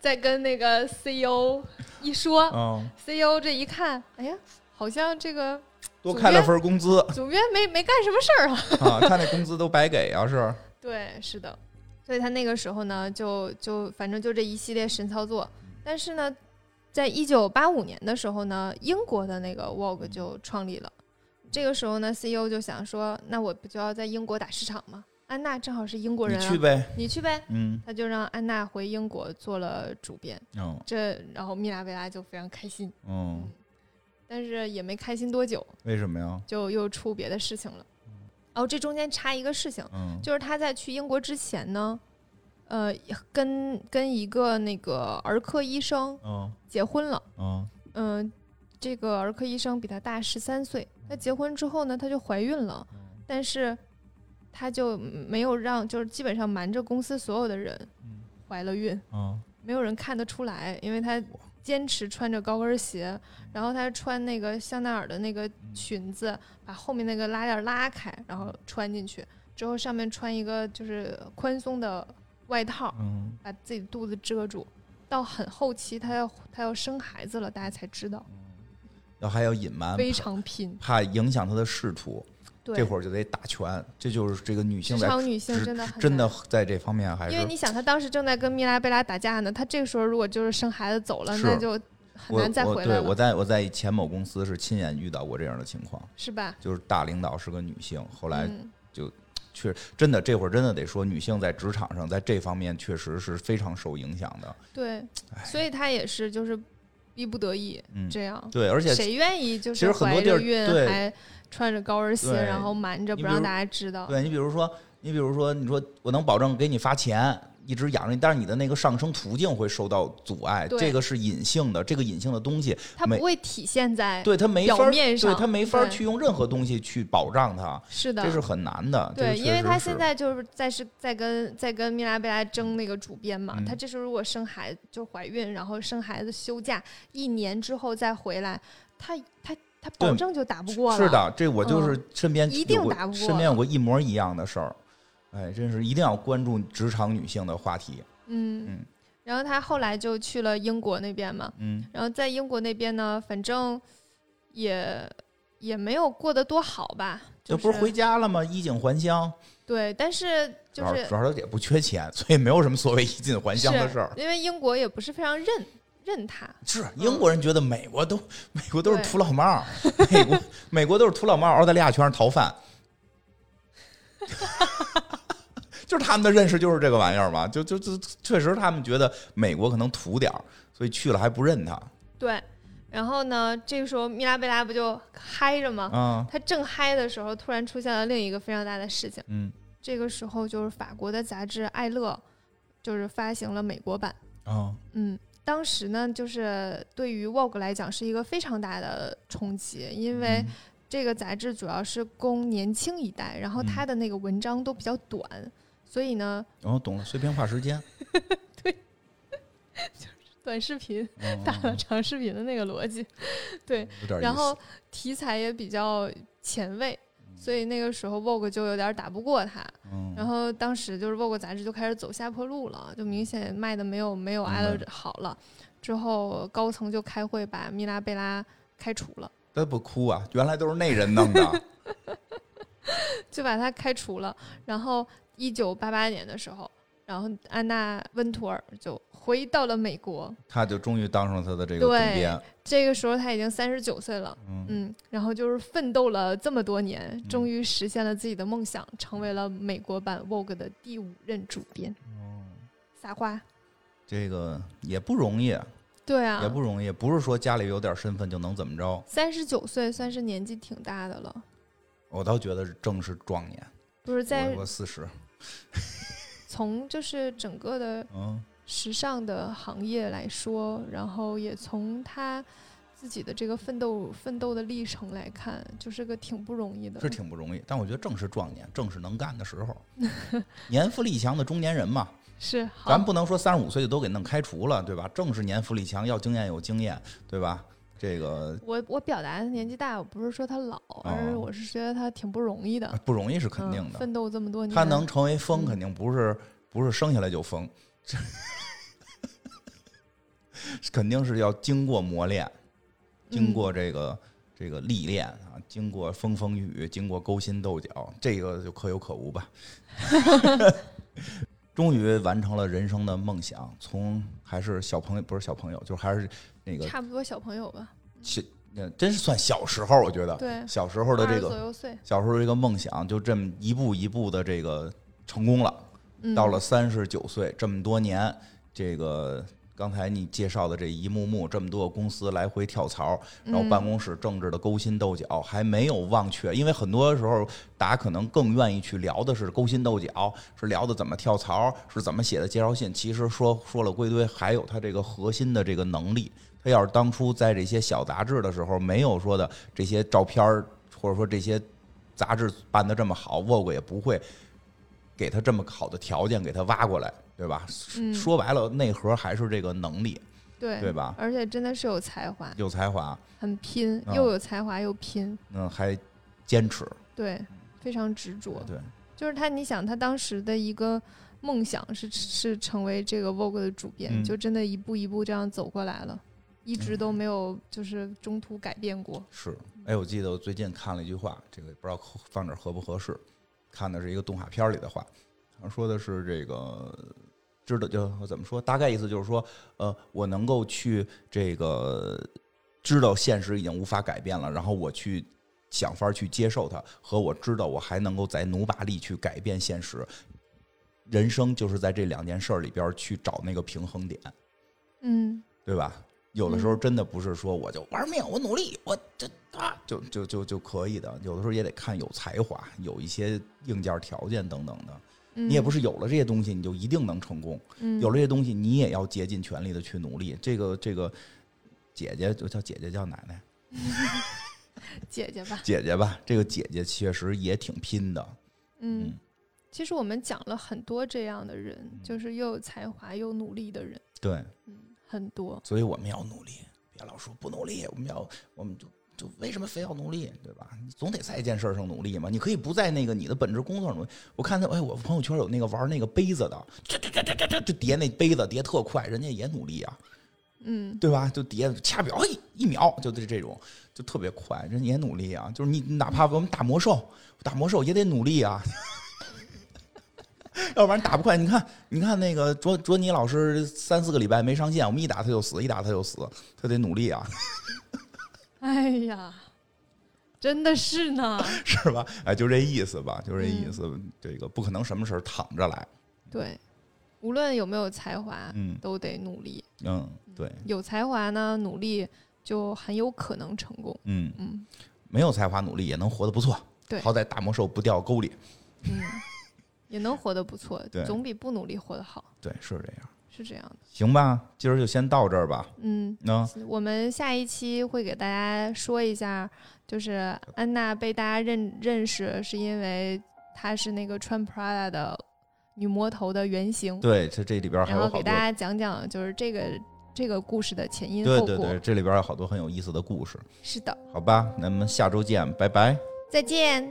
[SPEAKER 1] 再跟那个 CEO 一说、
[SPEAKER 2] 嗯，
[SPEAKER 1] c e o 这一看，哎呀，好像这个
[SPEAKER 2] 多开了份工资
[SPEAKER 1] 总编没没干什么事儿啊。
[SPEAKER 2] 啊，他那工资都白给啊，是
[SPEAKER 1] 对，是的，所以他那个时候呢，就就反正就这一系列神操作。
[SPEAKER 2] 嗯
[SPEAKER 1] 但是呢，在一九八五年的时候呢，英国的那个 Vogue
[SPEAKER 2] 嗯
[SPEAKER 1] 就创立了。这个时候呢，CEO 就想说，那我不就要在英国打市场吗？安娜正好是英国
[SPEAKER 2] 你
[SPEAKER 1] 人、啊，
[SPEAKER 2] 去呗，
[SPEAKER 1] 你去呗。
[SPEAKER 2] 嗯
[SPEAKER 1] 他就让安娜回英国做了主编，
[SPEAKER 2] 嗯
[SPEAKER 1] 这然后米拉维拉就非常开心，
[SPEAKER 2] 嗯，
[SPEAKER 1] 但是也没开心多久，
[SPEAKER 2] 为什么呀？
[SPEAKER 1] 就又出别的事情了。哦，这中间插一个事情，
[SPEAKER 2] 嗯，
[SPEAKER 1] 就是他在去英国之前呢，呃，跟跟一个那个儿科医生
[SPEAKER 2] 嗯
[SPEAKER 1] 结婚了。
[SPEAKER 2] 嗯
[SPEAKER 1] 嗯、这个儿科医生比他大十三岁。他结婚之后呢，她就怀孕了，
[SPEAKER 2] 嗯
[SPEAKER 1] 但是她就没有让，就是基本上瞒着公司所有的人
[SPEAKER 2] 嗯
[SPEAKER 1] 怀了孕，
[SPEAKER 2] 嗯
[SPEAKER 1] 没有人看得出来，因为她坚持穿着高跟鞋，然后她穿那个香奈儿的那个裙子，把后面那个拉链拉开，然后穿进去之后，上面穿一个就是宽松的外套，
[SPEAKER 2] 嗯
[SPEAKER 1] 把自己肚子遮住。到很后期，她要她要生孩子了，大家才知道，
[SPEAKER 2] 要还要隐瞒，
[SPEAKER 1] 非常拼。
[SPEAKER 2] 怕影响他的仕途，这
[SPEAKER 1] 对，
[SPEAKER 2] 会儿就得打拳，这就是这个女性
[SPEAKER 1] 职
[SPEAKER 2] 在
[SPEAKER 1] 场女性
[SPEAKER 2] 职
[SPEAKER 1] 真的很
[SPEAKER 2] 真
[SPEAKER 1] 难
[SPEAKER 2] 的。在这方面还
[SPEAKER 1] 因为
[SPEAKER 2] 是
[SPEAKER 1] 你想，她当时正在跟米拉贝拉打架呢，她这个时候如果就是生孩子走了，
[SPEAKER 2] 是
[SPEAKER 1] 那就很
[SPEAKER 2] 我
[SPEAKER 1] 难再
[SPEAKER 2] 我
[SPEAKER 1] 回
[SPEAKER 2] 对
[SPEAKER 1] 来
[SPEAKER 2] 我
[SPEAKER 1] 了，
[SPEAKER 2] 在我在前某公司是亲眼遇到过这样的情况，
[SPEAKER 1] 是吧？
[SPEAKER 2] 就是大领导是个女性，后来
[SPEAKER 1] 嗯，
[SPEAKER 2] 确真的这会儿真的得说，女性在职场上在这方面确实是非常受影响的。
[SPEAKER 1] 对，所以她也是就是逼不得已
[SPEAKER 2] 嗯，
[SPEAKER 1] 这样。
[SPEAKER 2] 对，而且
[SPEAKER 1] 谁愿意就
[SPEAKER 2] 其
[SPEAKER 1] 是
[SPEAKER 2] 实很多
[SPEAKER 1] 怀
[SPEAKER 2] 地儿
[SPEAKER 1] 着孕
[SPEAKER 2] 对
[SPEAKER 1] 还穿着高跟鞋，
[SPEAKER 2] 对
[SPEAKER 1] 然后瞒着
[SPEAKER 2] 你
[SPEAKER 1] 不
[SPEAKER 2] 比
[SPEAKER 1] 让
[SPEAKER 2] 如
[SPEAKER 1] 大家知道。
[SPEAKER 2] 对你比如说，你比如说，你说我能保证给你发钱，一直养着你，但是你的那个上升途径会受到阻碍，
[SPEAKER 1] 对
[SPEAKER 2] 这个是隐性的，这个隐性的东西，
[SPEAKER 1] 它
[SPEAKER 2] 没
[SPEAKER 1] 不会体现在
[SPEAKER 2] 对它没
[SPEAKER 1] 哎表
[SPEAKER 2] 法儿，
[SPEAKER 1] 面
[SPEAKER 2] 对
[SPEAKER 1] 上
[SPEAKER 2] 它没法儿
[SPEAKER 1] 对
[SPEAKER 2] 去用任何东西去保障它，
[SPEAKER 1] 是的，
[SPEAKER 2] 这是很难的。这
[SPEAKER 1] 对，
[SPEAKER 2] 个确
[SPEAKER 1] 因为
[SPEAKER 2] 实
[SPEAKER 1] 他
[SPEAKER 2] 是
[SPEAKER 1] 现在就是在是在跟在跟米拉贝拉争那个主编嘛，
[SPEAKER 2] 嗯
[SPEAKER 1] 他这时候如果生孩子就怀孕，然后生孩子休假一年之后再回来，他他他保
[SPEAKER 2] 对
[SPEAKER 1] 证就打不过了。嗯
[SPEAKER 2] 是，的，这我就是身边
[SPEAKER 1] 一
[SPEAKER 2] 有
[SPEAKER 1] 定
[SPEAKER 2] 过
[SPEAKER 1] 打不
[SPEAKER 2] 身
[SPEAKER 1] 过
[SPEAKER 2] 边有过一模一样的事儿，哎，真是一定要关注职场女性的话题。
[SPEAKER 1] 嗯
[SPEAKER 2] 嗯
[SPEAKER 1] 然后他后来就去了英国那边嘛，
[SPEAKER 2] 嗯，
[SPEAKER 1] 然后在英国那边呢，反正也也没有过得多好吧，
[SPEAKER 2] 这
[SPEAKER 1] 就
[SPEAKER 2] 不是回家了吗？衣锦还乡，
[SPEAKER 1] 对，但是
[SPEAKER 2] 主
[SPEAKER 1] 就
[SPEAKER 2] 要
[SPEAKER 1] 是
[SPEAKER 2] 主要他也不缺钱，所以没有什么所谓衣锦还乡的事儿。
[SPEAKER 1] 是因为英国也不是非常认认他，
[SPEAKER 2] 是英国人觉得美国都 美国都是
[SPEAKER 1] 嗯对
[SPEAKER 2] 土老帽儿，美国美国都是土老帽儿，澳大利亚全是逃犯，就是他们的认识就是这个玩意儿嘛，就就就确实他们觉得美国可能土点儿，所以去了还不认他
[SPEAKER 1] 对，然后呢，这个时候米拉贝拉不就嗨着吗？
[SPEAKER 2] 啊，
[SPEAKER 1] 她正嗨的时候，突然出现了另一个非常大的事情。
[SPEAKER 2] 嗯
[SPEAKER 1] 这个时候就是法国的杂志《艾乐》，就是发行了美国版。
[SPEAKER 2] 啊，
[SPEAKER 1] 嗯，当时呢，就是对于 Vogue 来讲是一个非常大的冲击，因为
[SPEAKER 2] 嗯
[SPEAKER 1] 这个杂志主要是供年轻一代，然后
[SPEAKER 2] 嗯
[SPEAKER 1] 它的那个文章都比较短，所以呢，
[SPEAKER 2] 然后哦懂了，碎片化时间，
[SPEAKER 1] 短视频
[SPEAKER 2] 嗯
[SPEAKER 1] 打了长视频的那个逻辑，对，
[SPEAKER 2] 有点意思
[SPEAKER 1] 然后题材也比较前卫，所以那个时候 Vogue 就有点打不过他。
[SPEAKER 2] 嗯
[SPEAKER 1] 然后当时就是 Vogue 杂志就开始走下坡路了，就明显卖的没有没有
[SPEAKER 2] 明
[SPEAKER 1] L
[SPEAKER 2] 白
[SPEAKER 1] 好了。之后高层就开会把米拉贝拉开除了，
[SPEAKER 2] 他不哭啊，原来都是那人弄 的，
[SPEAKER 1] 就把他开除了。然后一九八八年的时候，然后安娜温图尔就回到了美国。
[SPEAKER 2] 他就终于当上了他的这个总
[SPEAKER 1] 对
[SPEAKER 2] 编，
[SPEAKER 1] 这个时候她已经三十九岁了，
[SPEAKER 2] 嗯
[SPEAKER 1] 嗯，然后就是奋斗了这么多年，终于实现了自己的梦想，成为了美国版 Vogue 的第五任主编。
[SPEAKER 2] 哦
[SPEAKER 1] 撒花，
[SPEAKER 2] 这个也不容易，
[SPEAKER 1] 对
[SPEAKER 2] 也
[SPEAKER 1] 啊
[SPEAKER 2] 不，容易，不是说家里有点身份就能怎么着。
[SPEAKER 1] 三十九岁算是年纪挺大的了，
[SPEAKER 2] 我倒觉得正是壮年，
[SPEAKER 1] 不是在
[SPEAKER 2] 我我四十，
[SPEAKER 1] 从就是整个的
[SPEAKER 2] 嗯
[SPEAKER 1] 时尚的行业来说，然后也从他自己的这个奋斗奋斗的历程来看，就是个挺不容易的。
[SPEAKER 2] 是挺不容易。但我觉得正是壮年，正是能干的时候， 年富力强的中年人嘛，
[SPEAKER 1] 是好，
[SPEAKER 2] 咱不能说三十五岁就都给弄开除了，对吧？正是年富力强，要经验有经验，对吧？这个
[SPEAKER 1] 我我表达的年纪大，我不是说他老，而是我是觉得他挺不容易的。
[SPEAKER 2] 不容易是哦啊肯定
[SPEAKER 1] 嗯
[SPEAKER 2] 的，
[SPEAKER 1] 奋斗这么多年，
[SPEAKER 2] 他能成为疯，
[SPEAKER 1] 嗯
[SPEAKER 2] 肯定不是不是生下来就疯， 肯定是要经过磨练，
[SPEAKER 1] 嗯
[SPEAKER 2] 经过这个、这个历练啊，经过风风雨雨，经过勾心斗角，这个就可有可无吧。 终于完成了人生的梦想，从还是小朋友，不是小朋友，就是还是那
[SPEAKER 1] 嗯
[SPEAKER 2] 个
[SPEAKER 1] 差不多小朋友吧，
[SPEAKER 2] 小，呃真是算小时候，我觉得
[SPEAKER 1] 对，
[SPEAKER 2] 小时啊候的
[SPEAKER 1] 二
[SPEAKER 2] 这
[SPEAKER 1] 十左
[SPEAKER 2] 个
[SPEAKER 1] 右岁，
[SPEAKER 2] 小时候这个梦想，就这么一步一步的这个成功了。
[SPEAKER 1] 嗯
[SPEAKER 2] 到了三十九岁，这么多年，这个刚才你介绍的这一幕幕，这么多公司来回跳槽，然后办公室政治的勾心斗角，还没有忘却。因为很多时候，大家可能更愿意去聊的是勾心斗角，是聊的怎么跳槽，是怎么写的介绍信。其实说说了归堆，还有他这个核心的这个能力。他要是当初在这些小杂志的时候，没有说的这些照片儿，或者说这些杂志办得这么好，Vogue 也不会给他这么好的条件，给他挖过来，对吧？
[SPEAKER 1] 嗯
[SPEAKER 2] 说白了，内核还是这个能力，
[SPEAKER 1] 对
[SPEAKER 2] 对吧啊
[SPEAKER 1] 而且真的是有才华，
[SPEAKER 2] 有才华，
[SPEAKER 1] 很拼，
[SPEAKER 2] 嗯
[SPEAKER 1] 又有才华又拼，
[SPEAKER 2] 嗯，还坚持，
[SPEAKER 1] 对，非常执着。
[SPEAKER 2] 嗯对，
[SPEAKER 1] 就是他，你想他当时的一个梦想是是成为这个 Vogue 的主编，
[SPEAKER 2] 嗯
[SPEAKER 1] 就真的一步一步这样走过来了，一直都没有就是中途改变过。
[SPEAKER 2] 是。哎，我记得我最近看了一句话，这个不知道放这儿合不合适，看的是一个动画片里的话，好像说的是这个。知道就怎么说？大概意思就是说，呃，我能够去这个知道现实已经无法改变了，然后我去想法儿去接受它，和我知道我还能够再努把力去改变现实。人生就是在这两件事儿里边儿去找那个平衡点，
[SPEAKER 1] 嗯，
[SPEAKER 2] 对吧？有的时候真的不是说我就玩命，我努力，我这啊就就就就可以的。有的时候也得看有才华，有一些硬件条件等等的。你也不
[SPEAKER 1] 是
[SPEAKER 2] 是有了这些东西你就一定能成功，
[SPEAKER 1] 嗯
[SPEAKER 2] 有了这些东西你也要竭尽全力的去努力。这个这个姐姐就叫姐姐叫奶奶
[SPEAKER 1] 姐姐吧，
[SPEAKER 2] 姐姐吧，这个姐姐确实也挺拼的。
[SPEAKER 1] 嗯，其实我们讲了很多这样的人，
[SPEAKER 2] 嗯
[SPEAKER 1] 就是又有才华又努力的人，
[SPEAKER 2] 对，
[SPEAKER 1] 嗯，很多，
[SPEAKER 2] 所以我们要努力，别老说不努力，我们要我们就。就为什么非要努力，对吧？你总得在一件事儿上努力嘛。你可以不在那个你的本职工作上努力。我看他，哎，我朋友圈有那个玩那个杯子的，就就就就就就就叠那杯子叠特快，人家也努力啊。
[SPEAKER 1] 嗯
[SPEAKER 2] 对吧？就底下掐表，嘿，一秒就这这种，就特别快。人也努力啊，就是你哪怕我们打魔兽，打魔兽也得努力啊， 要不然打不快。你看，你看那个卓卓尼老师三四个礼拜没上线，我们一打他就死，一打他就死，他得努力啊，
[SPEAKER 1] 哎呀，真的是呢，
[SPEAKER 2] 是吧？哎，就这意思吧，就这意思。
[SPEAKER 1] 嗯
[SPEAKER 2] 这个不可能什么事儿躺着来，
[SPEAKER 1] 对，无论有没有才华，
[SPEAKER 2] 嗯
[SPEAKER 1] 都得努力。
[SPEAKER 2] 嗯，对，
[SPEAKER 1] 有才华呢，努力就很有可能成功。
[SPEAKER 2] 嗯，
[SPEAKER 1] 嗯
[SPEAKER 2] 没有才华努力也能活得不错，
[SPEAKER 1] 对
[SPEAKER 2] 好歹打魔兽不掉沟里，
[SPEAKER 1] 嗯， 也能活得不错
[SPEAKER 2] 对，
[SPEAKER 1] 总比不努力活得好，
[SPEAKER 2] 对，是这样。
[SPEAKER 1] 是这样的。
[SPEAKER 2] 行吧，今儿就先到这儿吧。
[SPEAKER 1] 嗯，
[SPEAKER 2] 那、
[SPEAKER 1] 我们下一期会给大家说一下，就是安娜被大家认认识是因为她是那个穿 Prada 的女魔头的原型，
[SPEAKER 2] 对，这这里边还
[SPEAKER 1] 然
[SPEAKER 2] 有
[SPEAKER 1] 后
[SPEAKER 2] 好
[SPEAKER 1] 给
[SPEAKER 2] 多
[SPEAKER 1] 大，家讲讲就是这个这个故事的前因
[SPEAKER 2] 对
[SPEAKER 1] 后
[SPEAKER 2] 对
[SPEAKER 1] 果。
[SPEAKER 2] 对，这里边有好多很有意思的故事，
[SPEAKER 1] 是的，
[SPEAKER 2] 好吧？那么下周见，拜拜。
[SPEAKER 1] 再见。